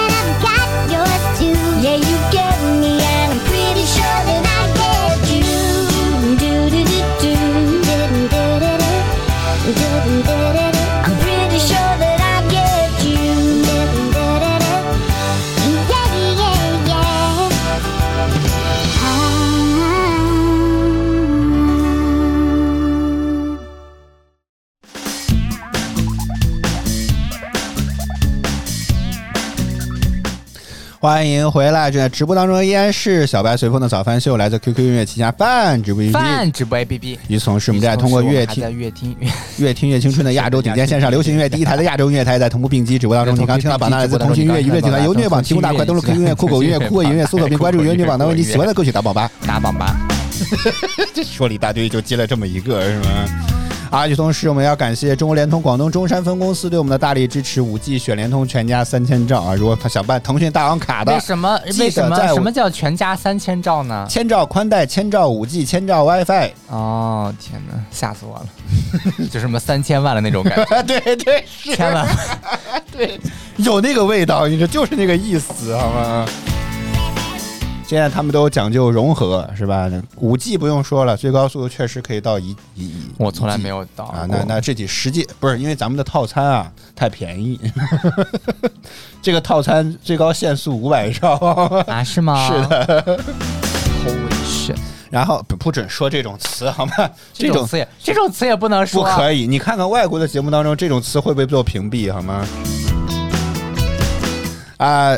[SPEAKER 9] and I've got yours too. Yeah, you get me, and I'm pretty sure that I get Mm-hmm.
[SPEAKER 3] 欢迎回来，正在直播当中依然是小白随风的早饭秀，来自 QQ 音乐旗下饭直播音
[SPEAKER 2] 饭直播 APP。
[SPEAKER 3] 与从是我们在通过乐
[SPEAKER 2] [LAUGHS]
[SPEAKER 3] 听
[SPEAKER 2] 在乐听，
[SPEAKER 3] 越听越青春的亚洲顶尖线上流行音乐第一台的亚洲音乐台，在同步并机直播当中，你刚听到榜单来自腾讯音乐、娱乐集团、优乐榜、提供大快、登录 QQ 音乐、酷狗音乐、酷狗音乐搜索并关注优乐榜，能为你喜欢的歌曲打榜吧。
[SPEAKER 2] 打榜吧。
[SPEAKER 3] 这说了一大堆，就接了这么一个，是吗？啊，与同时，我们要感谢中国联通广东中山分公司对我们的大力支持，五 G 选联通全家三千兆啊！如果他想办腾讯大王卡的
[SPEAKER 2] 为，什么？
[SPEAKER 3] 记得
[SPEAKER 2] 为什么？
[SPEAKER 3] 在我
[SPEAKER 2] 什么叫全家三千兆呢？
[SPEAKER 3] 千兆宽带、千兆五 G、千兆 WiFi，
[SPEAKER 2] 哦，天哪，吓死我了！
[SPEAKER 3] [LAUGHS]
[SPEAKER 2] 就什么三千万的那种感觉，
[SPEAKER 3] 啊对对是，
[SPEAKER 2] 千万
[SPEAKER 3] 有那个味道，你这就是那个意思，好吗？现在他们都讲究融合，是吧？五 G 不用说了，最高速度确实可以到一一一。
[SPEAKER 2] 我从来没有到
[SPEAKER 3] 啊，
[SPEAKER 2] 过
[SPEAKER 3] 那那这得实际不是因为咱们的套餐啊太便宜， [LAUGHS] 这个套餐最高限速五百兆，
[SPEAKER 2] 啊？是吗？
[SPEAKER 3] 是
[SPEAKER 2] 的。Holy shit！
[SPEAKER 3] [LAUGHS] 然后不不准说这种词好吗？
[SPEAKER 2] 这
[SPEAKER 3] 种
[SPEAKER 2] 种词也这种词也不能
[SPEAKER 3] 不
[SPEAKER 2] 说啊。
[SPEAKER 3] 可以，你看看外国的节目当中，这种词会不会做屏蔽好吗？啊、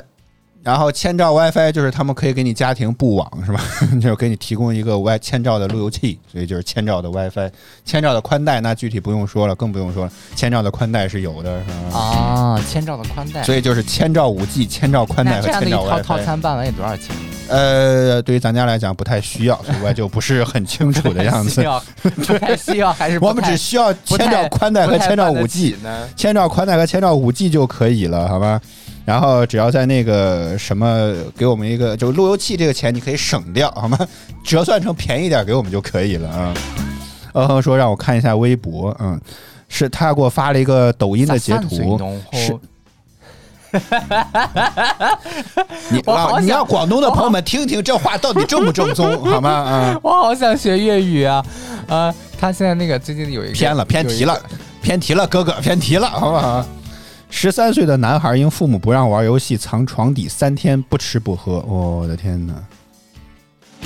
[SPEAKER 3] 然后千兆 WiFi 就是他们可以给你家庭布网是吧？ [LAUGHS] 就是给你提供一个 Wi 千兆的路由器，所以就是千兆的 WiFi，千兆的宽带那具体不用说了，更不用说了，千兆的宽带是有的，是吧？
[SPEAKER 2] 啊，千兆的宽带。
[SPEAKER 3] 所以就是千兆五 G、千兆宽带
[SPEAKER 2] 那
[SPEAKER 3] 和
[SPEAKER 2] 这样的
[SPEAKER 3] 千
[SPEAKER 2] 一
[SPEAKER 3] 兆
[SPEAKER 2] 套套
[SPEAKER 3] WiFi。
[SPEAKER 2] 餐办完也多少钱？
[SPEAKER 3] 呃，对于咱家来讲不太需要，所以我就不是很清楚的
[SPEAKER 2] [LAUGHS]
[SPEAKER 3] 样
[SPEAKER 2] 不太需
[SPEAKER 3] 子。
[SPEAKER 2] 要，不太需要，还是不
[SPEAKER 3] [LAUGHS] 我们
[SPEAKER 2] 太
[SPEAKER 3] 只需要
[SPEAKER 2] 不
[SPEAKER 3] 千
[SPEAKER 2] 太
[SPEAKER 3] 兆宽带
[SPEAKER 2] 不
[SPEAKER 3] 和
[SPEAKER 2] 太
[SPEAKER 3] 千兆
[SPEAKER 2] 办得
[SPEAKER 3] 五
[SPEAKER 2] 起
[SPEAKER 3] G，
[SPEAKER 2] 呢。
[SPEAKER 3] 千兆宽带和千兆五 G 就可以了，好吗？然后只要在那个什么给我们一个，就路由器这个钱你可以省掉，好吗？ [LAUGHS] 折算成便宜点给我们就可以了啊。呃呵说让我看一下微博，嗯，是他给我发了一个抖音的截
[SPEAKER 2] 散水
[SPEAKER 3] 图，
[SPEAKER 2] 浓
[SPEAKER 3] 是
[SPEAKER 2] 厚
[SPEAKER 3] 你
[SPEAKER 2] 我好
[SPEAKER 3] 让你
[SPEAKER 2] 想
[SPEAKER 3] 让广东的朋友们听听这话到底正不
[SPEAKER 2] [LAUGHS]
[SPEAKER 3] 正宗，好吗？啊，
[SPEAKER 2] 我好想学粤语啊！呃，他现在那个最近有一个
[SPEAKER 3] 偏了，偏题了
[SPEAKER 2] 有一个，
[SPEAKER 3] 偏题了，哥哥偏题了，好不好？十三岁的男孩因父母不让玩游戏，藏床底三天不吃不喝，哦我的天哪！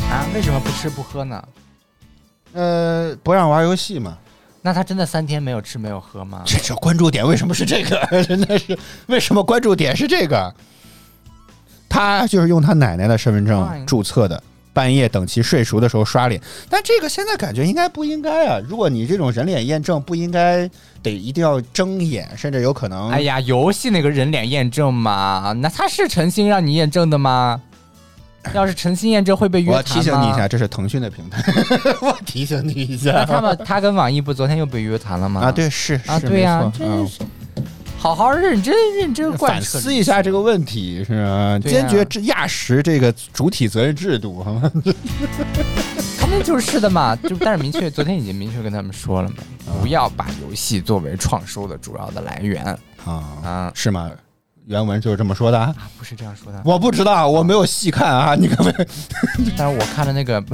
[SPEAKER 2] 啊？为什么不吃不喝呢？
[SPEAKER 3] 呃，不让玩游戏嘛？
[SPEAKER 2] 那他真的三天没有吃没有喝吗？
[SPEAKER 3] 这这关注点为什么是这个？ [LAUGHS] 真的是为什么关注点是这个？他就是用他奶奶的身份证
[SPEAKER 2] Fine
[SPEAKER 3] 注册的，半夜等其睡熟的时候刷脸。但这个现在感觉应该不应该啊！如果你这种人脸验证不应该得一定要睁眼，甚至有可能
[SPEAKER 2] 哎呀，游戏那个人脸验证嘛，那他是诚心让你验证的吗？要是诚心验证会被约
[SPEAKER 3] 我
[SPEAKER 2] 谈
[SPEAKER 3] 要提醒你一
[SPEAKER 2] 吗
[SPEAKER 3] 下，，这是腾讯的平台。 [LAUGHS] 我提醒你一下
[SPEAKER 2] 那他们他跟网易不昨天又被约谈了吗？
[SPEAKER 3] 啊，，对，是
[SPEAKER 2] 啊
[SPEAKER 3] 是
[SPEAKER 2] 对
[SPEAKER 3] 没
[SPEAKER 2] 呀
[SPEAKER 3] 错
[SPEAKER 2] 真
[SPEAKER 3] 嗯
[SPEAKER 2] 好好认真认真贯
[SPEAKER 3] 反
[SPEAKER 2] 彻
[SPEAKER 3] 思一下这个问题，是吧？
[SPEAKER 2] 对
[SPEAKER 3] 坚
[SPEAKER 2] 呀
[SPEAKER 3] 决制压实这个主体责任制度，好吗？
[SPEAKER 2] 肯定就是的嘛，就但是明确，昨天已经明确跟他们说了嘛，不要把游戏作为创收的主要的来源
[SPEAKER 3] 啊，
[SPEAKER 2] 啊，
[SPEAKER 3] 是吗？原文就是这么说的啊。
[SPEAKER 2] 不是这样说的。
[SPEAKER 3] 我不知道，我没有细看啊，你可没
[SPEAKER 2] 但是我看了那个 [LAUGHS]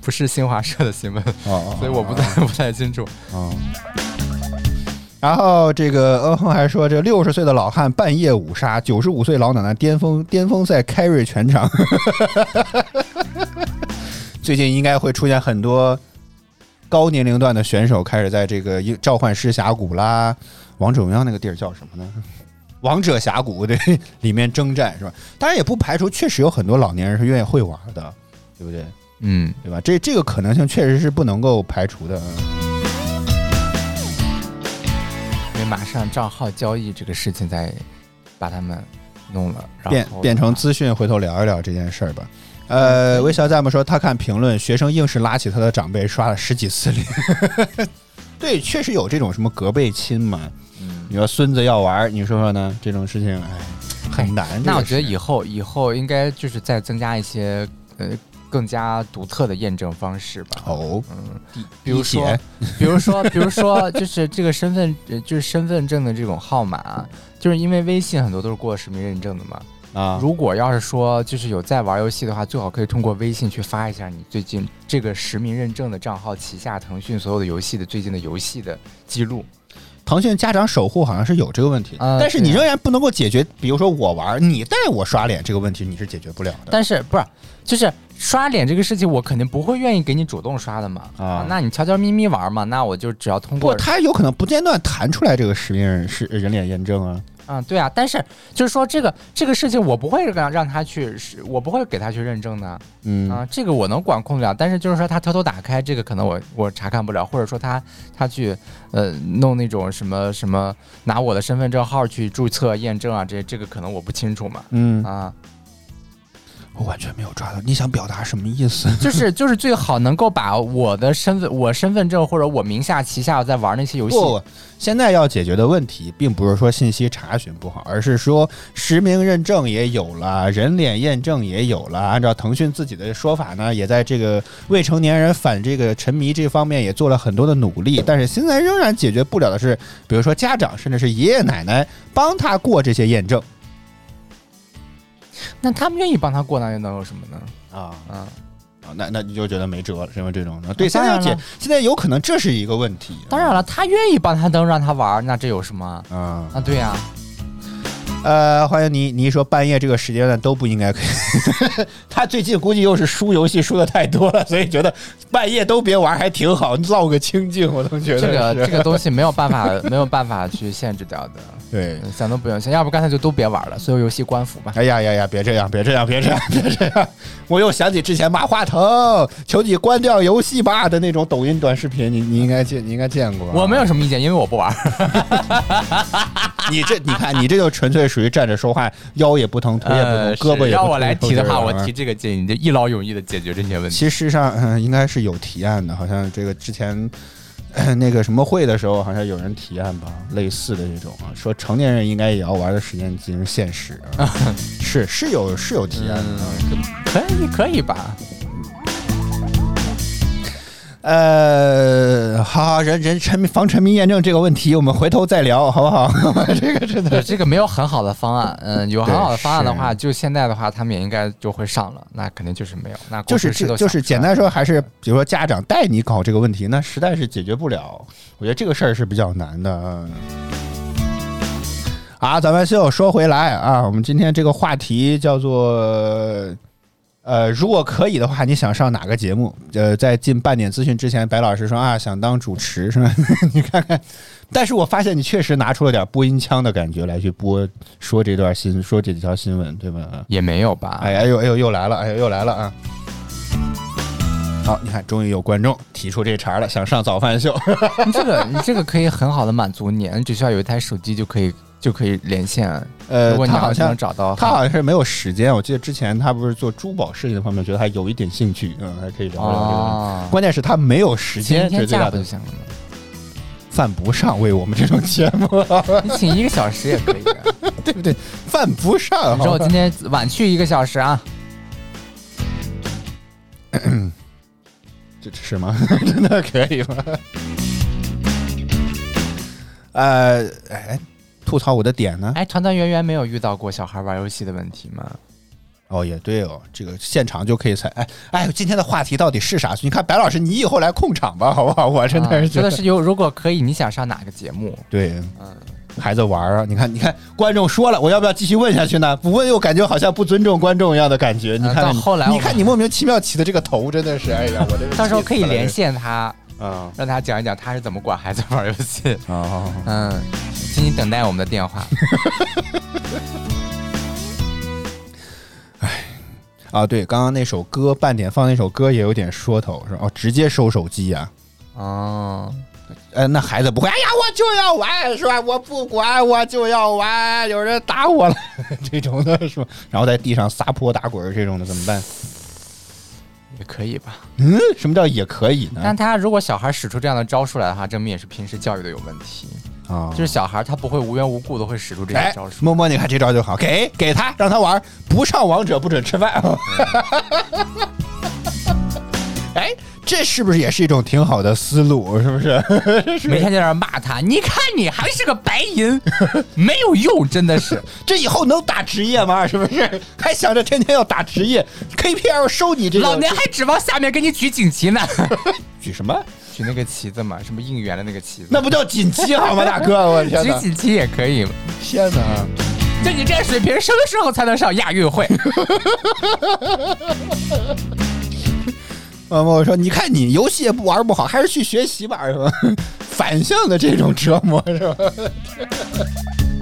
[SPEAKER 2] 不是新华社的新闻，
[SPEAKER 3] 哦
[SPEAKER 2] 所以我不太 [LAUGHS] 不太清楚。
[SPEAKER 3] 哦。然后这个欧亨还说，这六十岁的老汉半夜五杀，九十五岁老奶奶巅峰巅峰赛 carry 全场。 [LAUGHS] 最近应该会出现很多高年龄段的选手开始在这个英召唤师峡谷啦、王者荣耀那个地儿叫什么呢？王者峡谷对里面征战是吧？当然也不排除确实有很多老年人是愿意会玩的，对不对？
[SPEAKER 2] 嗯，
[SPEAKER 3] 对吧？这这个可能性确实是不能够排除的。嗯
[SPEAKER 2] 因为马上账号交易这个事情在把他们弄哦了，然后
[SPEAKER 3] 变变成资讯，回头聊一聊这件事儿吧。呃，微小赞姆说，他看评论，学生硬是拉起他的长辈刷了十几次脸。 [LAUGHS] 对，确实有这种什么隔辈亲嘛。
[SPEAKER 2] 嗯
[SPEAKER 3] 你说孙子要玩儿，你说说呢？这种事情，哎，很难。这个
[SPEAKER 2] 那我觉得
[SPEAKER 3] 事
[SPEAKER 2] 以后以后应该就是再增加一些呃更加独特的验证方式吧。
[SPEAKER 3] 哦，
[SPEAKER 2] 嗯比如
[SPEAKER 3] 理解
[SPEAKER 2] 说，比如说， [LAUGHS] 比如说，就是这个身份，呃就是身份证的这种号码，啊就是因为微信很多都是过实名认证的嘛。
[SPEAKER 3] 啊，
[SPEAKER 2] 如果要是说就是有在玩游戏的话，最好可以通过微信去发一下你最近这个实名认证的账号旗下腾讯所有的游戏的最近的游戏的记录。
[SPEAKER 3] 嗯腾讯家长守护好像是有这个问题，
[SPEAKER 2] 啊
[SPEAKER 3] 但是你
[SPEAKER 2] 对啊
[SPEAKER 3] 仍然不能够解决。比如说我玩儿，你带我刷脸这个问题，你是解决不了的。
[SPEAKER 2] 但是不是就是刷脸这个事情，我肯定不会愿意给你主动刷的嘛。
[SPEAKER 3] 啊
[SPEAKER 2] 那你悄悄咪咪玩嘛，那我就只要通
[SPEAKER 3] 不，
[SPEAKER 2] 过
[SPEAKER 3] 它有可能不间断弹出来这个实名认识人脸验证啊。
[SPEAKER 2] 嗯，对啊，但是就是说这个这个事情，我不会让让他去，是我不会给他去认证的。
[SPEAKER 3] 嗯
[SPEAKER 2] 啊，这个我能管控得了，但是就是说他偷偷打开这个，可能我我查看不了，或者说他他去呃弄那种什么什么拿我的身份证号去注册验证啊，这这个可能我不清楚嘛。
[SPEAKER 3] 嗯，
[SPEAKER 2] 啊，
[SPEAKER 3] 我完全没有抓到你想表达什么意思。
[SPEAKER 2] 就是就是最好能够把我的身份、我身份证或者我名下旗下在玩那些游戏，
[SPEAKER 3] 不，现在要解决的问题，并不是说信息查询不好，而是说实名认证也有了，人脸验证也有了。按照腾讯自己的说法呢，也在这个未成年人反这个沉迷这方面也做了很多的努力。但是现在仍然解决不了的是，比如说家长甚至是爷爷奶奶帮他过这些验证
[SPEAKER 2] 那他们愿意帮他过，那又能有什么呢？
[SPEAKER 3] 啊。
[SPEAKER 2] 啊，
[SPEAKER 3] 啊那那你就觉得没辙了，是因为这种的。对，
[SPEAKER 2] 啊
[SPEAKER 3] 现
[SPEAKER 2] 当
[SPEAKER 3] 在
[SPEAKER 2] 然
[SPEAKER 3] 要解
[SPEAKER 2] 了，
[SPEAKER 3] 现在有可能这是一个问题。
[SPEAKER 2] 当然了，他愿意帮他能让他玩，那这有什么？
[SPEAKER 3] 啊，
[SPEAKER 2] 啊，对呀、
[SPEAKER 3] 呃，欢迎你。你一说半夜这个时间段都不应该可以。 [LAUGHS] 他最近估计又是输游戏输的太多了，所以觉得半夜都别玩还挺好，闹个清静，我都觉得
[SPEAKER 2] 这个
[SPEAKER 3] 是
[SPEAKER 2] 这个东西没有办
[SPEAKER 3] [LAUGHS]
[SPEAKER 2] 法没有办法去限制掉的，嗯
[SPEAKER 3] 对。
[SPEAKER 2] 想都不用想，要不干脆就都别玩了，所有游戏关服吧。
[SPEAKER 3] 哎呀呀呀！别这样，别这样，别这样，别这样！我又想起之前马化腾求你关掉游戏吧的那种抖音短视频，你你应该见，你应该见过啊。
[SPEAKER 2] [LAUGHS] 我没有什么意见，因为我不玩。
[SPEAKER 3] 你这，你看你这就纯粹属于站着说话，腰也不疼， [LAUGHS] 腿也不疼，
[SPEAKER 2] 呃，
[SPEAKER 3] 胳膊
[SPEAKER 2] 是
[SPEAKER 3] 也不疼。
[SPEAKER 2] 让我来提的
[SPEAKER 3] 就是
[SPEAKER 2] 话，我
[SPEAKER 3] 啊
[SPEAKER 2] 提这个建议，就一劳永逸的解决这些问题。
[SPEAKER 3] 其实上， [LAUGHS] 嗯、应该是有提案的，好像这个之前、 [COUGHS] 呃那个什么会的时候，好像有人提案吧，类似的这种啊，说成年人应该也要玩的时间进入现实啊，是是有是有提案的啊。
[SPEAKER 2] [LAUGHS] 可以可以
[SPEAKER 3] [LAUGHS]
[SPEAKER 2] 吧？
[SPEAKER 3] 呃，好好，人人沉迷防沉迷验证这个问题，我们回头再聊，好不 [LAUGHS] 好？这个真
[SPEAKER 2] 对，
[SPEAKER 3] 的，
[SPEAKER 2] 这个没有很好的方案。嗯，有很
[SPEAKER 3] 对
[SPEAKER 2] 好的方案的话，
[SPEAKER 3] 是
[SPEAKER 2] 就现在的话，他们也应该就会上了。那肯定就是没有。那
[SPEAKER 3] 就
[SPEAKER 2] 工
[SPEAKER 3] 是
[SPEAKER 2] 程师
[SPEAKER 3] 这
[SPEAKER 2] 都
[SPEAKER 3] 就
[SPEAKER 2] 想不
[SPEAKER 3] 是
[SPEAKER 2] 出来
[SPEAKER 3] 简单说，还是比如说家长带你搞这个问题，那实在是解决不了。我觉得这个事儿是比较难的。嗯啊，咱们秀说回来啊，我们今天这个话题叫做。呃，如果可以的话，你想上哪个节目？呃，在进半点资讯之前，白老师说啊，想当主持是吧？ [LAUGHS] 你看看，但是我发现你确实拿出了点播音腔的感觉来去播说这段新说这几条新闻，对吧？啊
[SPEAKER 2] 也没有吧？
[SPEAKER 3] 哎呀，哎呦哎呦，又来了，哎呦又来了啊！好，你看，终于有观众提出这茬儿了，想上早 [LAUGHS] 饭秀。
[SPEAKER 2] [LAUGHS] 你这个你这个可以很好的满足你，你只需要有一台手机就可以就可以连线。
[SPEAKER 3] 呃
[SPEAKER 2] 如果，你
[SPEAKER 3] 他
[SPEAKER 2] 要
[SPEAKER 3] 好
[SPEAKER 2] 是能
[SPEAKER 3] 像
[SPEAKER 2] 找到
[SPEAKER 3] 他
[SPEAKER 2] 话
[SPEAKER 3] 好像是没有时间，我记得之前他不是做珠宝事业方面，觉得还有一点兴趣，嗯，还可以聊聊这个问题。
[SPEAKER 2] 哦，
[SPEAKER 3] 关键是他没有时
[SPEAKER 2] 请一
[SPEAKER 3] 间，这
[SPEAKER 2] 天
[SPEAKER 3] 是最
[SPEAKER 2] 假不
[SPEAKER 3] 大
[SPEAKER 2] 就
[SPEAKER 3] 的
[SPEAKER 2] 行了吗？
[SPEAKER 3] 犯不上为我们这种节目， [LAUGHS]
[SPEAKER 2] 你请一个小时也可以的。啊
[SPEAKER 3] 对不对？犯不上。
[SPEAKER 2] 你说
[SPEAKER 3] 好
[SPEAKER 2] 我
[SPEAKER 3] 吧
[SPEAKER 2] 今天晚去一个小时啊？
[SPEAKER 3] 这是吗？ [LAUGHS] 真的可以吗？呃，哎，吐槽我的点呢？
[SPEAKER 2] 哎，团团圆圆没有遇到过小孩玩游戏的问题
[SPEAKER 3] [LAUGHS]
[SPEAKER 2] 吗？
[SPEAKER 3] 哦，也对哦，这个现场就可以猜。哎哎，今天的话题到底是啥？你看白老师，你以后来控场吧，好不好？我真的
[SPEAKER 2] 啊
[SPEAKER 3] 是觉
[SPEAKER 2] 真
[SPEAKER 3] 得、
[SPEAKER 2] 的是嗯有，如果可以，你想上哪个节目？
[SPEAKER 3] 对，孩子玩儿啊，你看，你看，观众说了，我要不要继续问下去呢？不问又感觉好像不尊重观众一样的感觉。你看看
[SPEAKER 2] 啊到
[SPEAKER 3] 你，
[SPEAKER 2] 后来我
[SPEAKER 3] 你看你莫名其妙起的这个头，真的是，哎呀，我这个
[SPEAKER 2] 到时候可以
[SPEAKER 3] 气死了
[SPEAKER 2] 连线他，
[SPEAKER 3] 啊
[SPEAKER 2] 让他讲一讲他是怎么管孩子玩游戏。
[SPEAKER 3] 啊。好
[SPEAKER 2] 嗯，请你等待我们的电话。
[SPEAKER 3] 啊，对，刚刚那首歌半点放那首歌也有点说头，是吧？哦，直接收手机呀、
[SPEAKER 2] 哦，
[SPEAKER 3] 呃，那孩子不会，哎呀，我就要玩，是吧？我不管，我就要玩，有人打我了， [LAUGHS] 这种的是吧？然后在地上撒泼打滚儿这种的怎么办？
[SPEAKER 2] 也可以吧。
[SPEAKER 3] 嗯，什么叫也可以呢
[SPEAKER 2] 但？他如果小孩使出这样的招数来的话，证明也是平时教育的有问题。
[SPEAKER 3] 啊
[SPEAKER 2] 就是小孩他不会无缘无故的会使出这些
[SPEAKER 3] 哎
[SPEAKER 2] 招，数。
[SPEAKER 3] 摸摸，你看这招就好，给给他，让他玩儿，不上王者不准吃饭。 [LAUGHS] 哎，这是不是也是一种挺好的思路？是不是？ [LAUGHS]
[SPEAKER 2] 每天在那儿骂他，你看你还是个白银，没有用，真的是。
[SPEAKER 3] 这以后能打职业吗？是不是？还想着天天要打职业？KPL 收你这个？
[SPEAKER 2] 老娘还指望下面给你举锦旗 [LAUGHS] 呢，
[SPEAKER 3] 举什么？
[SPEAKER 2] 举那个旗子嘛，什么应援的那个旗子。
[SPEAKER 3] 那不叫锦旗好吗，大哥？我的天
[SPEAKER 2] 举
[SPEAKER 3] 哪！
[SPEAKER 2] 锦旗也可以，[LAUGHS]
[SPEAKER 3] 天哪！
[SPEAKER 2] 就你这水平，什么时候才能上亚运 [LAUGHS] 会？
[SPEAKER 3] 呃，我说，你看你游戏也不玩不好，还是去学习吧，是 [LAUGHS] 吧？反向的这种折磨是吧？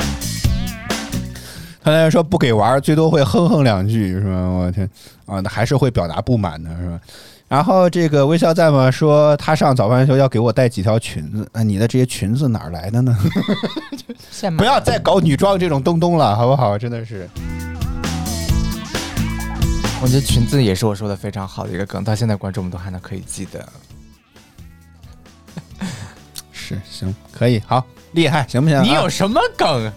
[SPEAKER 3] [LAUGHS] 他那说不给玩儿，最多会哼哼两句，是吧？我天啊，那还是会表达不满的，是吧？然后这个微笑赞嘛说他上早饭的时候要给我带几条裙子，啊，你的这些裙子哪儿来的呢？ [LAUGHS]
[SPEAKER 2] 现买
[SPEAKER 3] 不要再搞女装这种东东了，好不好？真的是。
[SPEAKER 2] 我觉得裙子也是我说的非常好的一个梗，到现在观众们都还能可以记得。
[SPEAKER 3] 是行，可以，好，厉害，行不行啊、
[SPEAKER 2] 你有什么梗？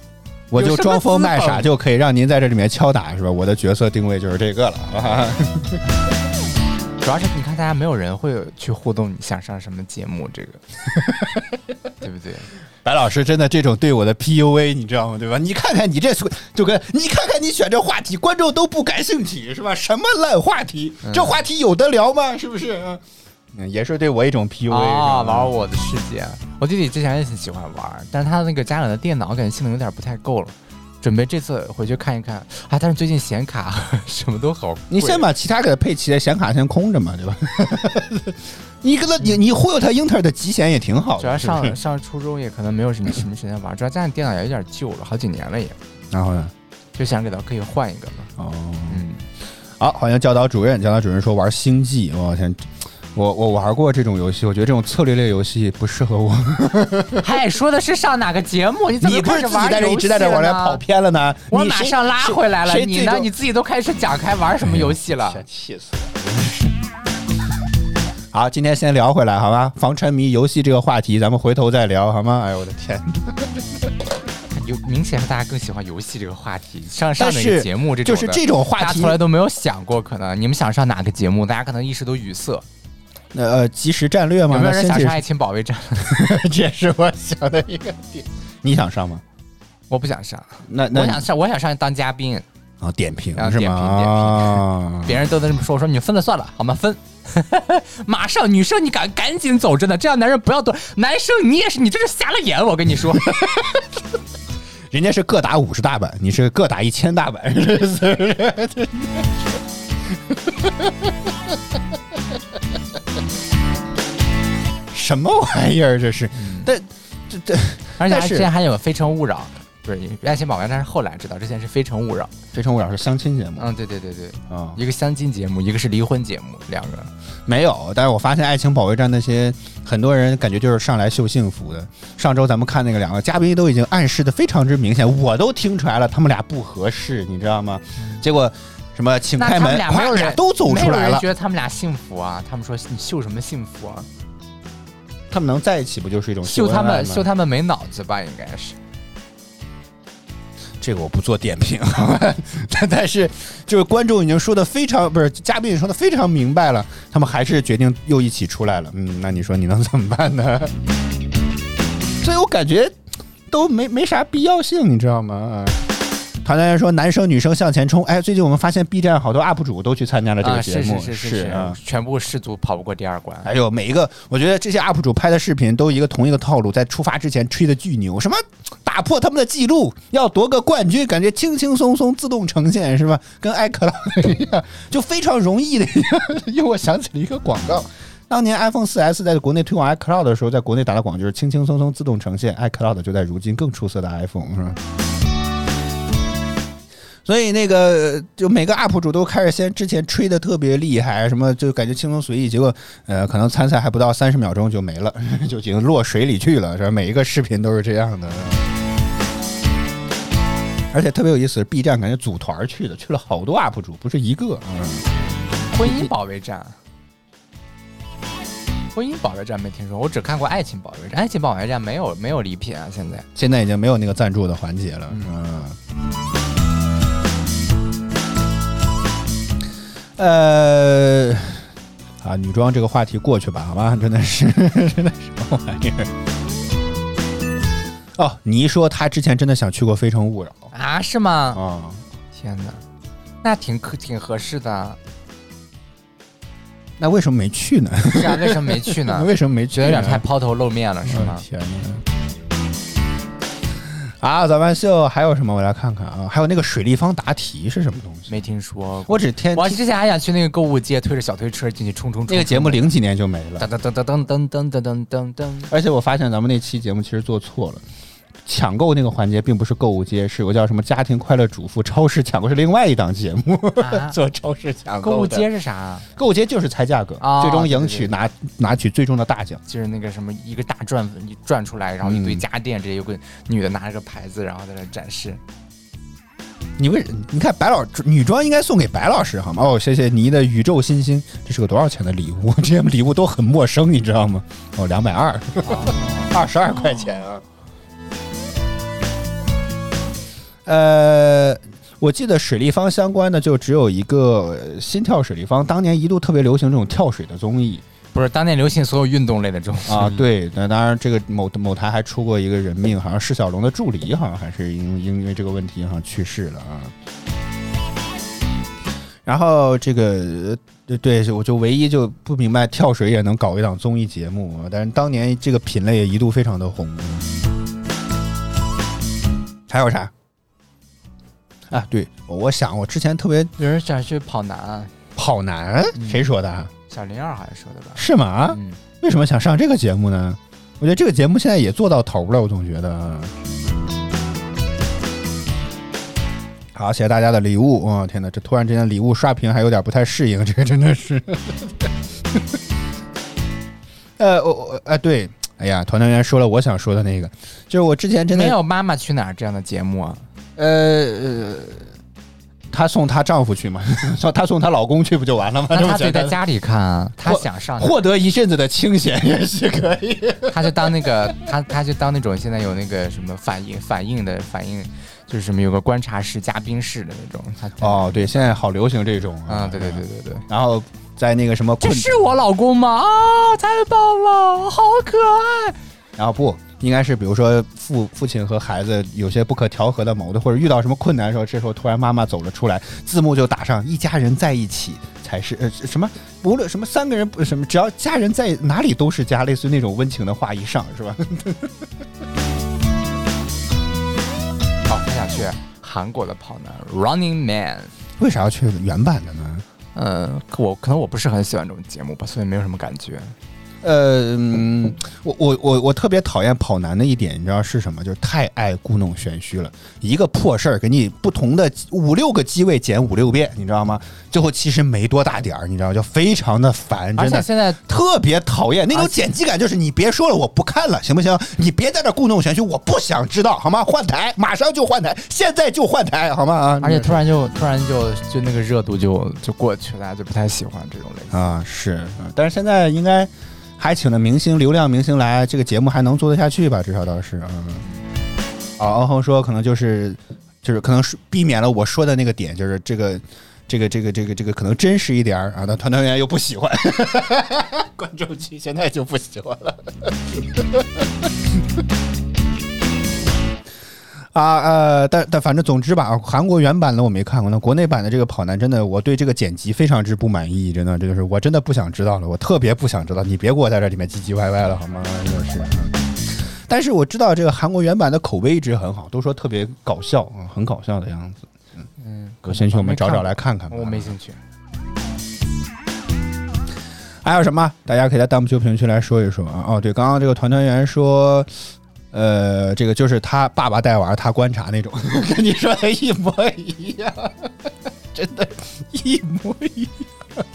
[SPEAKER 3] 我就
[SPEAKER 2] 有什么
[SPEAKER 3] 装疯卖
[SPEAKER 2] 资
[SPEAKER 3] 傻
[SPEAKER 2] 本
[SPEAKER 3] 就可以让您在这里面敲打，是吧？我的角色定位就是这个了。 [LAUGHS] 啊、
[SPEAKER 2] 主要是你看大家没有人会去互动，你想上什么节目这个， [LAUGHS] 对不对？
[SPEAKER 3] 白老师真的这种对我的 PUA，你知道吗？对吧？你看看你这就跟你看看你选这话题，观众都不感兴趣，是吧？什么烂话题？
[SPEAKER 2] 嗯
[SPEAKER 3] 这话题有得聊吗？是不是？嗯，也是对我一种 PUA
[SPEAKER 2] 啊、
[SPEAKER 3] 是吧
[SPEAKER 2] 玩我的世界。我弟弟之前也很喜欢玩，但是他那个家长的电脑感觉性能有点不太够了，准备这次回去看一看啊。但是最近显卡 [LAUGHS] 什么都好贵，
[SPEAKER 3] 你先把其他给它配齐的显卡先空着嘛，对吧？ [LAUGHS] 你跟他你你忽悠他英特尔的极限也挺好的，
[SPEAKER 2] 主要
[SPEAKER 3] 是
[SPEAKER 2] 上
[SPEAKER 3] 不是
[SPEAKER 2] 上初中也可能没有什么什么时间玩，主要家里电脑也有点旧了，好几年了也，
[SPEAKER 3] 然后呢？
[SPEAKER 2] 就想给他可以换一个嘛。
[SPEAKER 3] 哦，
[SPEAKER 2] 嗯，
[SPEAKER 3] 好，好像教导主任，教导主任说玩星际，我天，我我玩过这种游戏，我觉得这种策略类游戏不适合我。
[SPEAKER 2] 嗨，说的是上哪个节目？你怎
[SPEAKER 3] 你
[SPEAKER 2] 么
[SPEAKER 3] 不
[SPEAKER 2] 开始
[SPEAKER 3] 是自己
[SPEAKER 2] 玩
[SPEAKER 3] 在这一直在这往
[SPEAKER 2] 游戏
[SPEAKER 3] 这
[SPEAKER 2] 了
[SPEAKER 3] 跑
[SPEAKER 2] 呢？
[SPEAKER 3] 偏了呢？
[SPEAKER 2] 我
[SPEAKER 3] 你
[SPEAKER 2] 马
[SPEAKER 3] 谁
[SPEAKER 2] 上拉
[SPEAKER 3] 谁
[SPEAKER 2] 回来了，
[SPEAKER 3] 谁
[SPEAKER 2] 你
[SPEAKER 3] 最
[SPEAKER 2] 呢？
[SPEAKER 3] 终
[SPEAKER 2] 你自己都开始讲开玩什么游戏了？
[SPEAKER 3] 气死了！好，今天先聊回来好吧，防沉迷游戏这个话题，咱们回头再聊好吗？哎呦我的天！
[SPEAKER 2] 有明显大家更喜欢游戏这个话题，上上
[SPEAKER 3] 但
[SPEAKER 2] 哪个
[SPEAKER 3] 是
[SPEAKER 2] 节目这种的
[SPEAKER 3] 就是这种
[SPEAKER 2] 大
[SPEAKER 3] 话
[SPEAKER 2] 家
[SPEAKER 3] 题
[SPEAKER 2] 从，来都没有想过，可能你们想上哪个节目，大家可能一时都语塞。
[SPEAKER 3] 呃，即时战略
[SPEAKER 2] 有
[SPEAKER 3] 嘛，
[SPEAKER 2] 没有
[SPEAKER 3] 那
[SPEAKER 2] 人
[SPEAKER 3] 先
[SPEAKER 2] 想
[SPEAKER 3] 解
[SPEAKER 2] 上
[SPEAKER 3] 释
[SPEAKER 2] 《爱情保卫战》？ [LAUGHS]
[SPEAKER 3] [LAUGHS] 这也是我想的一个点。你想上吗？
[SPEAKER 2] 我不想上，
[SPEAKER 3] 那那
[SPEAKER 2] 我想上，我想上去当嘉宾。
[SPEAKER 3] 啊点评
[SPEAKER 2] 啊
[SPEAKER 3] 是
[SPEAKER 2] 点
[SPEAKER 3] 吗？
[SPEAKER 2] 评
[SPEAKER 3] 啊，
[SPEAKER 2] 别人都在这么说，我说你分了算了，好吗？分。 [LAUGHS] 马上，女生你赶赶紧走，真的，这样男人不要多。男生你也是，你真是瞎了眼，我跟你
[SPEAKER 3] [LAUGHS]
[SPEAKER 2] 说。
[SPEAKER 3] 人家是各打五十大板，你是各打一千大板， [LAUGHS] 什么玩意儿这是？但这这
[SPEAKER 2] 嗯而且还
[SPEAKER 3] 但是
[SPEAKER 2] 之前还有《非诚勿扰》，不是《爱情保卫战》是后来知道，之前是《非诚勿扰》。
[SPEAKER 3] 非诚勿扰是相亲节目啊、
[SPEAKER 2] 嗯，对对对对，
[SPEAKER 3] 嗯
[SPEAKER 2] 一个相亲节目，一个是离婚节目，两个。
[SPEAKER 3] 没有。但是我发现《爱情保卫战》那些很多人感觉就是上来秀幸福的。上周咱们看那个两个嘉宾都已经暗示的非常之明显，我都听出来了，他们俩不合适，你知道吗？结果什么请
[SPEAKER 2] 嗯那
[SPEAKER 3] 开
[SPEAKER 2] 他们
[SPEAKER 3] 门，
[SPEAKER 2] 俩没
[SPEAKER 3] 哗
[SPEAKER 2] 有
[SPEAKER 3] 俩
[SPEAKER 2] 人
[SPEAKER 3] 都走
[SPEAKER 2] 没
[SPEAKER 3] 出
[SPEAKER 2] 有
[SPEAKER 3] 来
[SPEAKER 2] 人
[SPEAKER 3] 了
[SPEAKER 2] 觉。得他们俩幸福啊？他们说你秀什么幸福啊？
[SPEAKER 3] 他们能在一起不就是一种
[SPEAKER 2] 秀
[SPEAKER 3] 恩
[SPEAKER 2] 他
[SPEAKER 3] 爱
[SPEAKER 2] 们
[SPEAKER 3] 吗
[SPEAKER 2] 秀他们没脑子吧？应该是。
[SPEAKER 3] 这个我不做点评， [LAUGHS] 好吧？但但是就是观众已经说的非常不是嘉宾也说的非常明白了，他们还是决定又一起出来了。嗯，那你说你能怎么办呢？ [LAUGHS] 所以我感觉都没没啥必要性，你知道吗？啊唐丹说：“男生女生向前冲。”哎，最近我们发现 B 站好多 UP 主都去参加了这
[SPEAKER 2] 啊，
[SPEAKER 3] 个
[SPEAKER 2] 是
[SPEAKER 3] 节目，
[SPEAKER 2] 是是是
[SPEAKER 3] 啊。
[SPEAKER 2] 全部氏族跑不过第二关。
[SPEAKER 3] 哎呦，每一个，我觉得这些 UP 主拍的视频都一个同一个套路，在出发之前吹的巨牛，什么打破他们的记录，要夺个冠军，感觉轻轻松松自动呈现，是吧？跟 iCloud 一样，就非常容易的一样。因为我想起了一个 [LAUGHS] 广告，当年 iPhone 4S 在国内推广 iCloud 的时候，在国内打的广告就是轻轻松松自动呈现，iCloud 就在如今更出色的 iPhone，是吧？所以那个就每个 UP 主都开始先之前吹的特别厉害，什么就感觉轻松随意，结果呃可能参赛还不到三十秒钟就没了， [LAUGHS] 就已经落水里去了。这每一个视频都是这样的，而且特别有意思，B 站感觉组团去的，去了好多 UP 主，不是一个。嗯
[SPEAKER 2] 婚姻保卫战，婚姻保卫战没听说，我只看过爱情保卫战。爱情保卫战没有没有礼品啊，现在。
[SPEAKER 3] 现在已经没有那个赞助的环节了。嗯。呃，啊，女装这个话题过去吧，好吧， [LAUGHS] 真的是，真的是什么玩意儿？哦，你一说他之前真的想去过《非诚勿扰》
[SPEAKER 2] 啊，是吗？
[SPEAKER 3] 啊，
[SPEAKER 2] 天哪，那挺可挺合适的。啊
[SPEAKER 3] 那为什么没去呢？
[SPEAKER 2] 是啊，为什么没去呢？
[SPEAKER 3] [LAUGHS] 为什么没去
[SPEAKER 2] 觉
[SPEAKER 3] 呢？
[SPEAKER 2] 得有点太抛头露面了，是
[SPEAKER 3] 哦
[SPEAKER 2] 吗？
[SPEAKER 3] 天哪！啊，早饭秀还有什么？我来看看啊，还有那个水立方答题是什么东西？
[SPEAKER 2] 没听说过。
[SPEAKER 3] 我只天
[SPEAKER 2] 我之前还想去那个购物街，推着小推车进去冲冲冲。
[SPEAKER 3] [LAUGHS] 那个节目零几年就没了
[SPEAKER 2] 噔。噔噔噔噔噔噔噔噔噔噔。
[SPEAKER 3] 而且我发现咱们那期节目其实做错了，抢购那个环节并不是购物街，是有个叫什么“家庭快乐主妇”超市抢购是另外一档节目，
[SPEAKER 5] 啊
[SPEAKER 3] [LAUGHS] 做超市抢购。
[SPEAKER 5] 购物街，是啥？
[SPEAKER 3] 购物街就是猜价格，
[SPEAKER 5] 啊
[SPEAKER 3] 最终
[SPEAKER 5] 对
[SPEAKER 3] 赢
[SPEAKER 5] 对对
[SPEAKER 3] 取拿拿取最终的大奖。
[SPEAKER 5] 就是那个什么一个大转一转出来，然后一堆家电，这些有个女的拿着个牌子，然后在那展示。
[SPEAKER 3] 你为你看白老女装应该送给白老师好吗？哦，谢谢你的宇宙星星，这是个多少钱的礼物？ [LAUGHS] 这些礼物都很陌生，你知道吗？哦，两百二， [LAUGHS] 二十二块钱啊。哦呃，我记得水立方相关的就只有一个呃心跳水立方，当年一度特别流行这种跳水的综艺
[SPEAKER 2] 不是当年流行所有运动类的这种
[SPEAKER 3] 啊。对，那当然这个某某台还出过一个人命，好像释小龙的助理好像还是因因为这个问题好像去世了啊。然后这个呃对，我就唯一就不明白跳水也能搞一档综艺节目，但是当年这个品类也一度非常的红。还有啥？啊，对，我想我之前特别
[SPEAKER 5] 有人想去跑男，
[SPEAKER 3] 跑男，谁说的啊？
[SPEAKER 5] 小林儿好像说的吧？
[SPEAKER 3] 是吗？
[SPEAKER 5] 嗯，
[SPEAKER 3] 为什么想上这个节目呢？我觉得这个节目现在也做到头了，我总觉得。好，谢谢大家的礼物。哦，天哪，这突然之间礼物刷屏还有点不太适应，这 [LAUGHS] 个真的是。呃，我我呃，对，哎呀，团团圆说了我想说的那个，就是我之前真的
[SPEAKER 5] 没有《妈妈去哪儿》这样的节目啊？
[SPEAKER 3] 呃，她送她丈夫去嘛， [LAUGHS] 送她送她老公去不就完了吗？啊这
[SPEAKER 5] 那
[SPEAKER 3] 么
[SPEAKER 5] 他得
[SPEAKER 3] 简单
[SPEAKER 5] 在家里看啊，他想上，
[SPEAKER 3] 获得一阵子的清闲也是可
[SPEAKER 5] [LAUGHS]
[SPEAKER 3] 以。
[SPEAKER 5] 他就当那
[SPEAKER 3] [LAUGHS]
[SPEAKER 5] 个他他就当那种现在有那个什么反应反应的反应，就是什么有个观察室、嘉宾室的那种。他，
[SPEAKER 3] 哦，对，现在好流行这种
[SPEAKER 5] 啊，对对对。对对，
[SPEAKER 3] 然后在那个什么
[SPEAKER 5] 这
[SPEAKER 3] 困，
[SPEAKER 5] 是我老公吗？啊，太棒了，好可爱！
[SPEAKER 3] 然后不应该是比如说父父亲和孩子有些不可调和的矛盾，或者遇到什么困难的时候，这时候突然妈妈走了出来，字幕就打上一家人在一起才是呃什么，无论什么三个人不什么，只要家人在哪里都是家，类似于那种温情的话一上是吧？
[SPEAKER 5] 好，我想去韩国的跑男 Running Man。
[SPEAKER 3] 为啥要去原版的呢？
[SPEAKER 5] 嗯，我可能我不是很喜欢这种节目吧，所以没有什么感觉。
[SPEAKER 3] 呃，嗯我我我我特别讨厌跑男的一点，你知道是什么？就是太爱故弄玄虚了。一个破事儿给你不同的五六个机位减五六遍，你知道吗？最后其实没多大点儿，你知道，就非常的烦，
[SPEAKER 5] 而
[SPEAKER 3] 真
[SPEAKER 5] 且
[SPEAKER 3] 的。
[SPEAKER 5] 现在
[SPEAKER 3] 特别讨厌那种剪辑感，就是你别说了，我不看了，行不行？你别在这故弄玄虚，我不想知道，好吗？换台，马上就换台，现在就换台，好吗？啊！
[SPEAKER 5] 而且突然就突然就就那个热度就就过去了，大家就不太喜欢这种类型。
[SPEAKER 3] 啊，是，啊但是现在应该还请了明星、流量明星来，这个节目还能做得下去吧？至少倒是，嗯。啊，敖恒说可能就是就是可能是避免了我说的那个点，就是这个这个这个这个这个可能真实一点儿啊，但团团圆又不喜欢， [LAUGHS] 观众区现在就不喜欢了。 [LAUGHS] 啊呃，但但反正总之吧，啊韩国原版的我没看过，那国内版的这个跑男真的，我对这个剪辑非常之不满意，真的，这就是我真的不想知道了，我特别不想知道，你别给我在这里面唧唧歪歪了好吗？ [LAUGHS] 真的是。但是我知道这个韩国原版的口碑一直很好，都说特别搞笑啊、嗯很搞笑的样子。
[SPEAKER 5] 嗯，
[SPEAKER 3] 有兴趣我们找找来看看吧。
[SPEAKER 5] 我没兴趣。
[SPEAKER 3] 还有什么？大家可以在弹幕区评论区来说一说啊。哦，对，刚刚这个团团圆说，呃，这个就是他爸爸带娃，他观察那种， [LAUGHS] 跟你说的一模一样，真的，一模一样。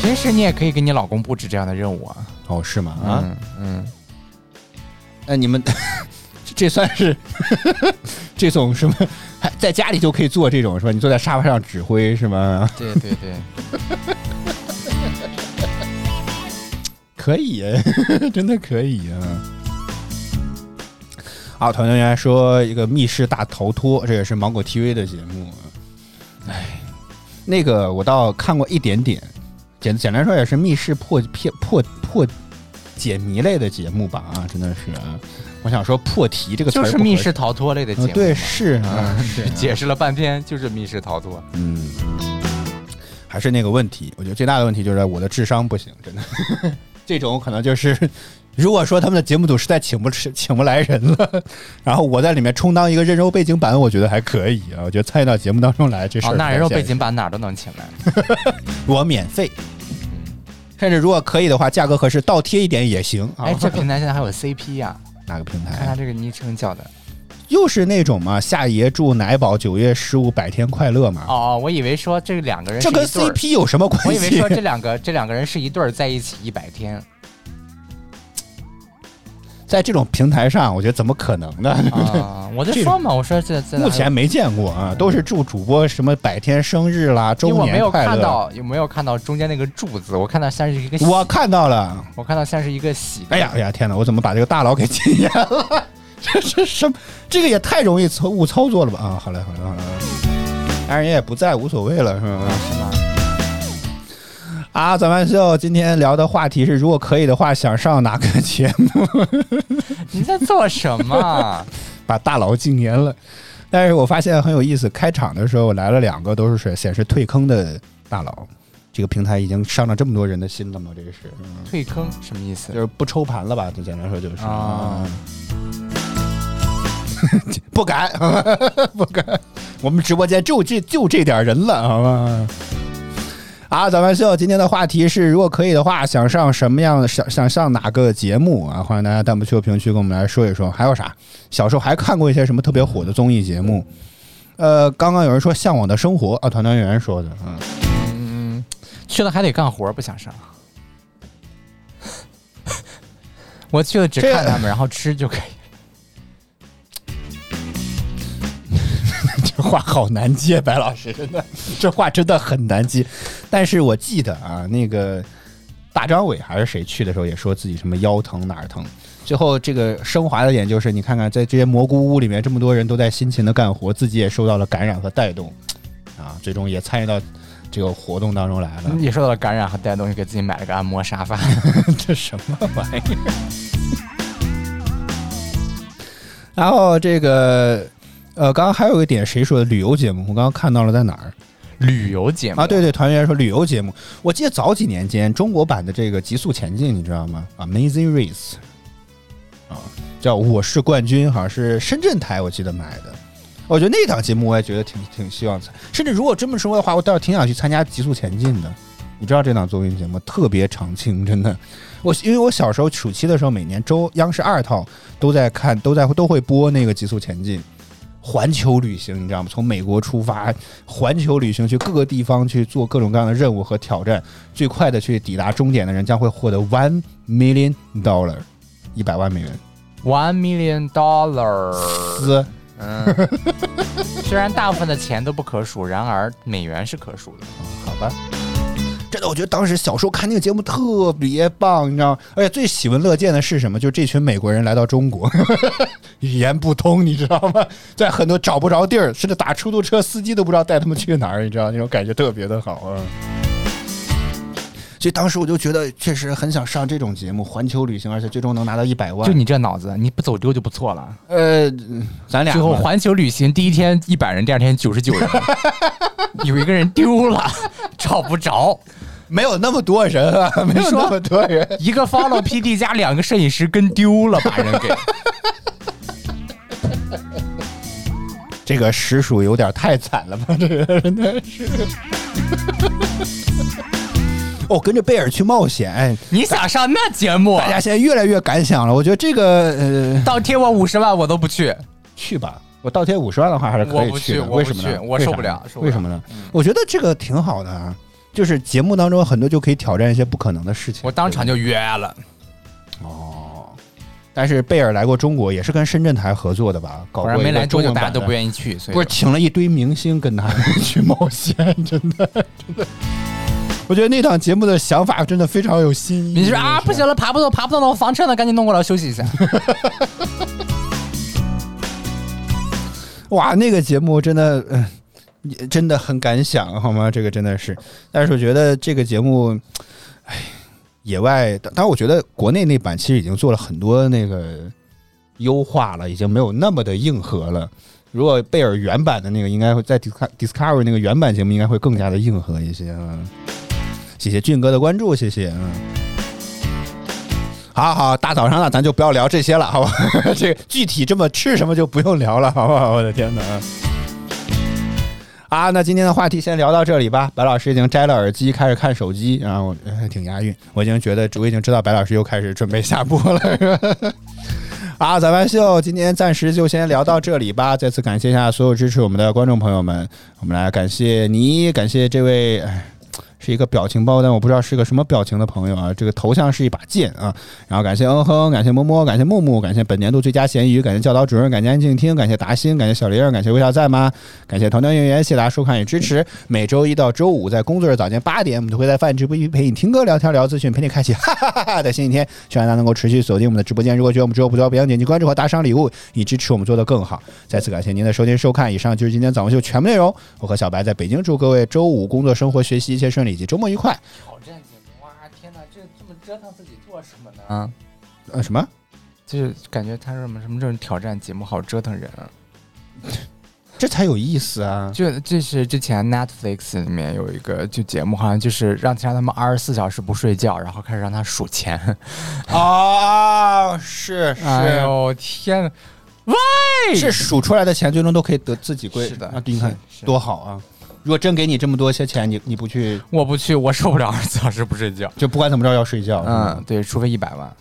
[SPEAKER 5] 平时你也可以给你老公布置这样的任务啊。
[SPEAKER 3] 哦，是吗？啊，
[SPEAKER 5] 嗯嗯，
[SPEAKER 3] 那、哎你们 [LAUGHS] 这算是 [LAUGHS] 这种什么？还在家里就可以做这种是吧？你坐在沙发上指挥是吗？
[SPEAKER 5] 对对 [LAUGHS] 对，
[SPEAKER 3] 可以， [LAUGHS] 真的可以啊！啊，团团圆说一个密室大逃脱，这也是芒果 TV 的节目。嗯哎，那个我倒看过一点点，简简单说也是密室破片破破解谜类的节目吧啊，真的是啊！我想说破题这个词儿
[SPEAKER 2] 就是
[SPEAKER 3] 不合
[SPEAKER 2] 密
[SPEAKER 3] 适
[SPEAKER 2] 室，逃脱类的节目
[SPEAKER 3] 嗯，
[SPEAKER 2] 嘛、嗯
[SPEAKER 3] 对，是啊，是啊
[SPEAKER 2] 解释了半天就是密室逃脱。
[SPEAKER 3] 嗯，还是那个问题，我觉得最大的问题就是我的智商不行，真的。 [LAUGHS] 这种可能就是，如果说他们的节目组实在请不请不来人了，然后我在里面充当一个人肉背景板，我觉得还可以啊。我觉得参与到节目当中来，这事
[SPEAKER 2] 哦
[SPEAKER 3] 儿，
[SPEAKER 2] 那人肉背景
[SPEAKER 3] 板
[SPEAKER 2] 板哪儿都能请来。
[SPEAKER 3] 我免费，甚至如果可以的话，价格合适倒贴一点也行啊。
[SPEAKER 2] 哎
[SPEAKER 5] 哎，这平台现在还有 CP 呀、
[SPEAKER 3] 哪个平
[SPEAKER 5] 看他
[SPEAKER 3] 台？
[SPEAKER 5] 这个昵称叫的
[SPEAKER 3] 又是那种嘛，夏爷祝奶宝九月十五百天快乐嘛，
[SPEAKER 2] 哦，我以为说这两个人是
[SPEAKER 3] 这
[SPEAKER 2] 一对
[SPEAKER 3] 跟
[SPEAKER 2] 儿
[SPEAKER 3] CP 有什么关系？
[SPEAKER 2] 我以为说这两个这两个人是一对儿在一起一百天
[SPEAKER 3] [LAUGHS] 在这种平台上，我觉得怎么可能呢？
[SPEAKER 2] 啊！我就
[SPEAKER 3] 这
[SPEAKER 2] 说嘛，我说这这
[SPEAKER 3] 目前没见过啊，都是祝主播什么百天生日啦、周
[SPEAKER 2] 因为我没
[SPEAKER 3] 年
[SPEAKER 2] 有
[SPEAKER 3] 快
[SPEAKER 2] 看
[SPEAKER 3] 乐。
[SPEAKER 2] 到有没有看到中间那个柱子，我看到像是一个喜
[SPEAKER 3] 我看到了，
[SPEAKER 2] 我看到像是一个喜，
[SPEAKER 3] 哎呀哎呀，天哪！我怎么把这个大佬给 [LAUGHS] 禁言了？这是什么？这个也太容易操误操作了吧？啊，好嘞，好嘞，好嘞。当然人也不在，无所谓了，是吧？
[SPEAKER 2] 是吧？
[SPEAKER 3] 啊，咱们秀今天聊的话题是，如果可以的话，想上哪个节目？
[SPEAKER 2] 你在做什么？
[SPEAKER 3] 把大佬禁言了。但是我发现很有意思，开场的时候来了两个都是显示退坑的大佬，这个平台已经伤了这么多人的心了吗？这是，嗯
[SPEAKER 2] 退坑什么意思
[SPEAKER 3] [LAUGHS] 就？是不抽盘了吧？就简单说就是
[SPEAKER 2] 啊，
[SPEAKER 3] 嗯不敢， [LAUGHS] 不敢，我们直播间就这就这点人了，好吗？啊，咱们秀今天的话题是，如果可以的话，想上什么样的想想上哪个节目啊？欢迎大家弹幕区和评论区跟我们来说一说，还有啥？小时候还看过一些什么特别火的综艺节目？呃，刚刚有人说《向往的生活》啊，团团圆圆说的，嗯，
[SPEAKER 2] 去了还得干活，不想上。我去了只
[SPEAKER 3] 这
[SPEAKER 2] 看他们，然后吃就可以。
[SPEAKER 3] [LAUGHS] 这话好难接，白老师真的，这话真的很难接。但是我记得啊，那个大张伟还是谁去的时候也说自己什么腰疼哪儿疼。最后这个升华的点就是，你看看在这些蘑菇屋里面，这么多人都在辛勤的干活，自己也受到了感染和带动，啊，最终也参与到这个活动当中来了。
[SPEAKER 2] 也受到了感染和带动，就给自己买了个按摩沙发。 [LAUGHS]
[SPEAKER 3] [LAUGHS] 这什么玩意儿？然后这个，呃，刚刚还有一个点，谁说的旅游节目？我刚刚看到了在哪儿？
[SPEAKER 2] 旅游节目
[SPEAKER 3] 啊，对，对，团员说旅游节目，我记得早几年间中国版的这个《极速前进》，你知道吗？Amazing Race，啊，叫《我是冠军》，好像是深圳台我记得买的。我觉得那档节目我也觉得挺挺希望参，甚至如果这么说的话，我倒是挺想去参加《极速前进》的。你知道这档综艺节目特别长青，真的。我因为我小时候暑期的时候，每年周央视二套都在看，都在都会播那个《极速前进》，环球旅行，你知道吗？从美国出发，环球旅行去各个地方去做各种各样的任务和挑战，最快的去抵达终点的人将会获得 one million dollar，一百万美元。
[SPEAKER 2] One Million Dollar。
[SPEAKER 3] 滋，
[SPEAKER 2] 嗯，虽然大部分的钱都不可数，然而美元是可数的。
[SPEAKER 3] 好吧。真的，我觉得当时小时候看那个节目特别棒，你知道吗？而且最喜闻乐见的是什么？就是这群美国人来到中国， [LAUGHS] 语言不通，你知道吗？在很多找不着地儿，甚至打出租车司机都不知道带他们去哪儿，你知道那种感觉特别的好啊。所以当时我就觉得，确实很想上这种节目，环球旅行，而且最终能拿到一百万。
[SPEAKER 2] 就你这脑子，你不走丢就不错了。
[SPEAKER 3] 呃，咱俩
[SPEAKER 2] 最后
[SPEAKER 3] 嘛
[SPEAKER 2] 环球旅行第一天一百人，第二天九十九人，有一个人丢了， [LAUGHS] 找不着。
[SPEAKER 3] 没有那么多人啊，没有那么多人。
[SPEAKER 2] 一个 follow PD 加两个摄影师跟丢了，把人给。
[SPEAKER 3] 这个实属有点太惨了吧？ [LAUGHS] 这个真的是。 [LAUGHS] 哦，跟着贝尔去冒险，哎，
[SPEAKER 2] 你想上那节目啊
[SPEAKER 3] 大？家现在越来越敢想了。我觉得这个呃，
[SPEAKER 2] 倒贴我五十万我都不去。
[SPEAKER 3] 去吧。我倒贴五十万的话，还是可
[SPEAKER 2] 我
[SPEAKER 3] 以
[SPEAKER 2] 不
[SPEAKER 3] 的。
[SPEAKER 2] 去我
[SPEAKER 3] 为
[SPEAKER 2] 不
[SPEAKER 3] 什么呢？
[SPEAKER 2] 去我
[SPEAKER 3] 为啥
[SPEAKER 2] 受不了
[SPEAKER 3] 呢
[SPEAKER 2] 受不
[SPEAKER 3] 为
[SPEAKER 2] 了嗯
[SPEAKER 3] 什么呢？我觉得这个挺好的啊，就是节目当中很多就可以挑战一些不可能的事情。
[SPEAKER 2] 我当场
[SPEAKER 3] 对
[SPEAKER 2] 就约了，
[SPEAKER 3] 吧哦。但是贝尔来过中国，也是跟深圳台合作的吧？
[SPEAKER 2] 果
[SPEAKER 3] 搞过
[SPEAKER 2] 然
[SPEAKER 3] 一
[SPEAKER 2] 没
[SPEAKER 3] 个
[SPEAKER 2] 来多
[SPEAKER 3] 中
[SPEAKER 2] 久，
[SPEAKER 3] 文
[SPEAKER 2] 大家
[SPEAKER 3] 版
[SPEAKER 2] 都
[SPEAKER 3] 的
[SPEAKER 2] 不愿意去，所以
[SPEAKER 3] 不是请了一堆明星跟他去冒险，真的，真的。我觉得那档节目的想法真的非常有新意。
[SPEAKER 2] 你说啊，不行了，爬不动，爬不动了，我房车呢，赶紧弄过来我休息一下。
[SPEAKER 3] 哇，那个节目真的，嗯、也真的很敢想，好吗？这个真的是，但是我觉得这个节目，哎，野外，但但我觉得国内那版其实已经做了很多那个优化了，已经没有那么的硬核了。如果贝尔原版的那个，应该会在 Disco- Discovery 那个原版节目，应该会更加的硬核一些。嗯，谢谢俊哥的关注，谢谢。嗯，好好，大早上了，咱就不要聊这些了，好吧？ [LAUGHS] 这个具体这么吃什么就不用聊了，好不好？我的天哪！啊，那今天的话题先聊到这里吧。白老师已经摘了耳机，开始看手机，啊然后还挺押韵。我已经觉得，我已经知道白老师又开始准备下播了。 [LAUGHS] 啊，早饭秀今天暂时就先聊到这里吧。再次感谢一下所有支持我们的观众朋友们，我们来感谢你，感谢这位，哎，是一个表情包，但我不知道是个什么表情的朋友啊。这个头像是一把剑啊。然后感谢嗯哼，感谢么么，感谢木木，感谢本年度最佳咸鱼，感谢教导主任，感谢安静听，感谢达欣，感谢小玲儿，感谢微笑在吗？感谢糖尿演员，谢谢大家收看与支持。每周一到周五在工作日早间八点，我们都会在饭直播间陪你听歌、聊天、聊资讯，陪你开启哈哈哈哈的星期天。希望大家能够持续锁定我们的直播间。如果觉得我们直播不错，不要点击关注和打赏礼物，以支持我们做得更好。再次感谢您的收听收看。以上就是今天早上秀全部内容。我和小白在北京，祝各位周五工作、生活、学习一切顺利，以及周末愉快。
[SPEAKER 2] 挑战节目，哇，天哪，这这么折腾自己做什么呢？啊，
[SPEAKER 3] 呃，什么？
[SPEAKER 2] 就是感觉他说什么什么这种挑战节目好折腾人啊。
[SPEAKER 3] 这才有意思啊！
[SPEAKER 2] 就这是之前 Netflix 里面有一个就节目，好像就是让让他们二十四小时不睡觉，然后开始让他数钱。
[SPEAKER 3] 啊，是是、
[SPEAKER 2] 哎呦天哪！
[SPEAKER 3] 是数出来的钱，最终都可以得自己归。
[SPEAKER 2] 是的
[SPEAKER 3] 啊，对你看
[SPEAKER 2] 是是
[SPEAKER 3] 多好啊！如果真给你这么多些钱，你你不去，
[SPEAKER 2] 我不去，我受不了二十四小时不睡觉。
[SPEAKER 3] 就不管怎么着要睡觉。嗯，
[SPEAKER 2] 嗯，对，除非一百万，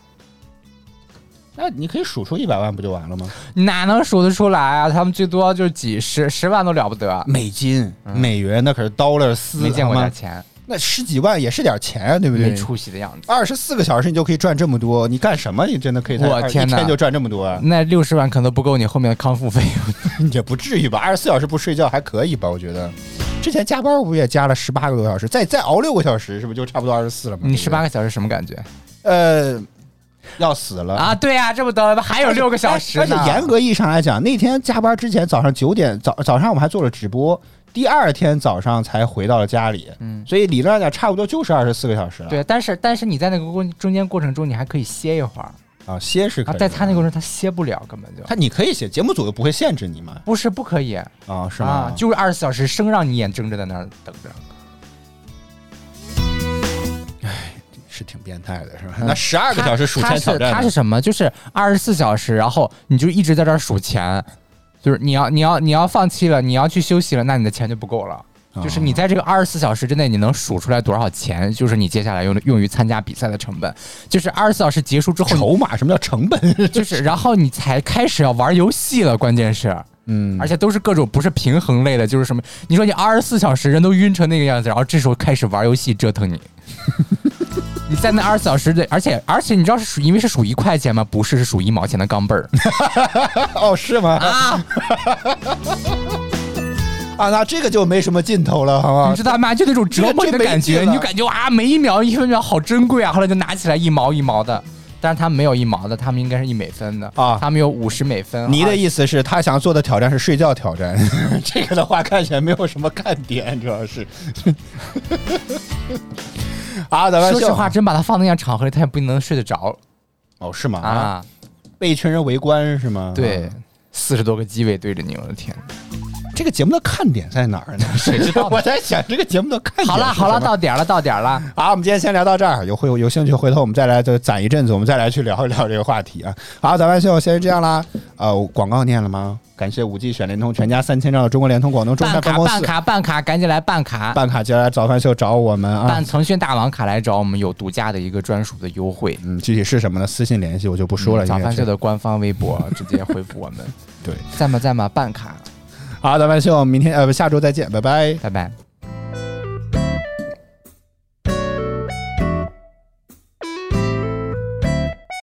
[SPEAKER 3] 那你可以数出一百万不就完了吗？
[SPEAKER 2] 你哪能数得出来啊？他们最多就是几十、十万都了不得，
[SPEAKER 3] 美金、美元那可是 dollar 四，
[SPEAKER 2] 没见过
[SPEAKER 3] 好
[SPEAKER 2] 这
[SPEAKER 3] 吗？
[SPEAKER 2] 钱，
[SPEAKER 3] 那十几万也是点钱啊，对不
[SPEAKER 2] 没
[SPEAKER 3] 对？
[SPEAKER 2] 出息的样子。
[SPEAKER 3] 二十四个小时你就可以赚这么多，你干什么？你真的可以在
[SPEAKER 2] 我
[SPEAKER 3] 20
[SPEAKER 2] 天
[SPEAKER 3] 一
[SPEAKER 2] 哪
[SPEAKER 3] 天就赚这么多啊？ [LAUGHS]
[SPEAKER 2] 那六十万可能都不够你后面的康复费用。
[SPEAKER 3] 也不至于吧？二十四小时不睡觉还可以吧？我觉得。之前加班不也加了十八个多小时，再再熬六个小时，是不是就差不多二十四了吗？
[SPEAKER 2] 你十八个小时什么感觉
[SPEAKER 3] 呃，要死了
[SPEAKER 2] 啊？对啊，这不得了，还有六个小时
[SPEAKER 3] 而且
[SPEAKER 2] 呢。
[SPEAKER 3] 严格意义上来讲，那天加班之前早上九点早早上我们还做了直播，第二天早上才回到了家里，嗯，所以理论上讲差不多就是二十四个小时了。
[SPEAKER 2] 对，但是但是你在那个过中间过程中，你还可以歇一会儿
[SPEAKER 3] 啊，歇是可
[SPEAKER 2] 啊
[SPEAKER 3] 以，的、
[SPEAKER 2] 在他那个过程他歇不了，根本就
[SPEAKER 3] 他你可以写，节目组又不会限制你嘛？
[SPEAKER 2] 不是不可以
[SPEAKER 3] 啊，是吗？
[SPEAKER 2] 啊，就是二十四小时生让你眼睁着在那儿等着。
[SPEAKER 3] 是挺变态的，是吧？那十二个小时数
[SPEAKER 2] 他
[SPEAKER 3] 钱挑
[SPEAKER 2] 是
[SPEAKER 3] 战
[SPEAKER 2] 他
[SPEAKER 3] 呢
[SPEAKER 2] 是什么？就是二十四小时，然后你就一直在这儿数钱，就是你要你要你要放弃了，你要去休息了，那你的钱就不够了。
[SPEAKER 3] 啊
[SPEAKER 2] 就是你在这个二十四小时之内，你能数出来多少钱？就是你接下来用用于参加比赛的成本。就是二十四小时结束之后，
[SPEAKER 3] 筹码，什么叫成本？
[SPEAKER 2] 你就是然后你才开始要玩游戏了，关键是。
[SPEAKER 3] 嗯
[SPEAKER 2] 而且都是各种不是平衡类的，就是什么？你说你二十四小时人都晕成那个样子，然后这时候开始玩游戏折
[SPEAKER 3] [LAUGHS]
[SPEAKER 2] 腾你。你在那二十四小时的，而且而且你知道是数，因为是数一块钱吗？不是，是数一毛钱的钢
[SPEAKER 3] [LAUGHS]
[SPEAKER 2] 镚儿。
[SPEAKER 3] [LAUGHS] 哦，是吗？啊 [LAUGHS] 啊，那这个就没什么劲头了，好
[SPEAKER 2] 你
[SPEAKER 3] 吗
[SPEAKER 2] 知？道吗？就那种折磨你的感
[SPEAKER 3] 这个真没
[SPEAKER 2] 觉，
[SPEAKER 3] 劲了
[SPEAKER 2] 你就感觉啊，每一秒一分秒好珍贵啊。后来就拿起来一毛一毛的，但是他们没有一毛的，他们应该是一美分的
[SPEAKER 3] 啊
[SPEAKER 2] 他们有五十美分。啊
[SPEAKER 3] 你的意思是，他想做的挑战是睡觉挑战， [LAUGHS] 这个的话看起来没有什么看点，主要是。 [LAUGHS] 啊，咱们
[SPEAKER 2] 说实话，真把他放那样场合里，他也不能睡得着
[SPEAKER 3] 哦，是吗？啊，
[SPEAKER 2] 啊。
[SPEAKER 3] 被一群人围观是吗？
[SPEAKER 2] 对
[SPEAKER 3] 啊，
[SPEAKER 2] 四十多个机位对着你，我的天！
[SPEAKER 3] 这个节目的看点在哪儿呢？
[SPEAKER 2] 谁知道呢
[SPEAKER 3] [LAUGHS] 我在想这个节目的看点是
[SPEAKER 2] 好
[SPEAKER 3] 什么。
[SPEAKER 2] 了好了，到点儿了到点儿了。
[SPEAKER 3] 好，我们今天先聊到这儿，有会有兴趣，回头我们再来就攒一阵子，我们再来去聊一聊这个话题啊。好，咱们就先这样啦。呃，广告念了吗？感谢五 G 选联通全家三千兆的中国联通广东中
[SPEAKER 2] 办
[SPEAKER 3] 山办
[SPEAKER 2] 卡
[SPEAKER 3] 公
[SPEAKER 2] 办
[SPEAKER 3] 室。
[SPEAKER 2] 卡办卡，赶紧来办卡！
[SPEAKER 3] 办卡接下来早饭秀找我们啊！
[SPEAKER 2] 办腾讯大王卡来找我们，有独家的一个专属的优惠。嗯
[SPEAKER 3] 嗯，具体是什么呢？私信联系我就不说了。
[SPEAKER 2] 早
[SPEAKER 3] 应该
[SPEAKER 2] 饭
[SPEAKER 3] 是
[SPEAKER 2] 秀的官方微博直接回复我
[SPEAKER 3] [LAUGHS]
[SPEAKER 2] 们，
[SPEAKER 3] 对，
[SPEAKER 2] 在吗在吗？办卡，
[SPEAKER 3] 好，咱们秀明天呃不下周再见，拜拜。
[SPEAKER 2] 拜拜。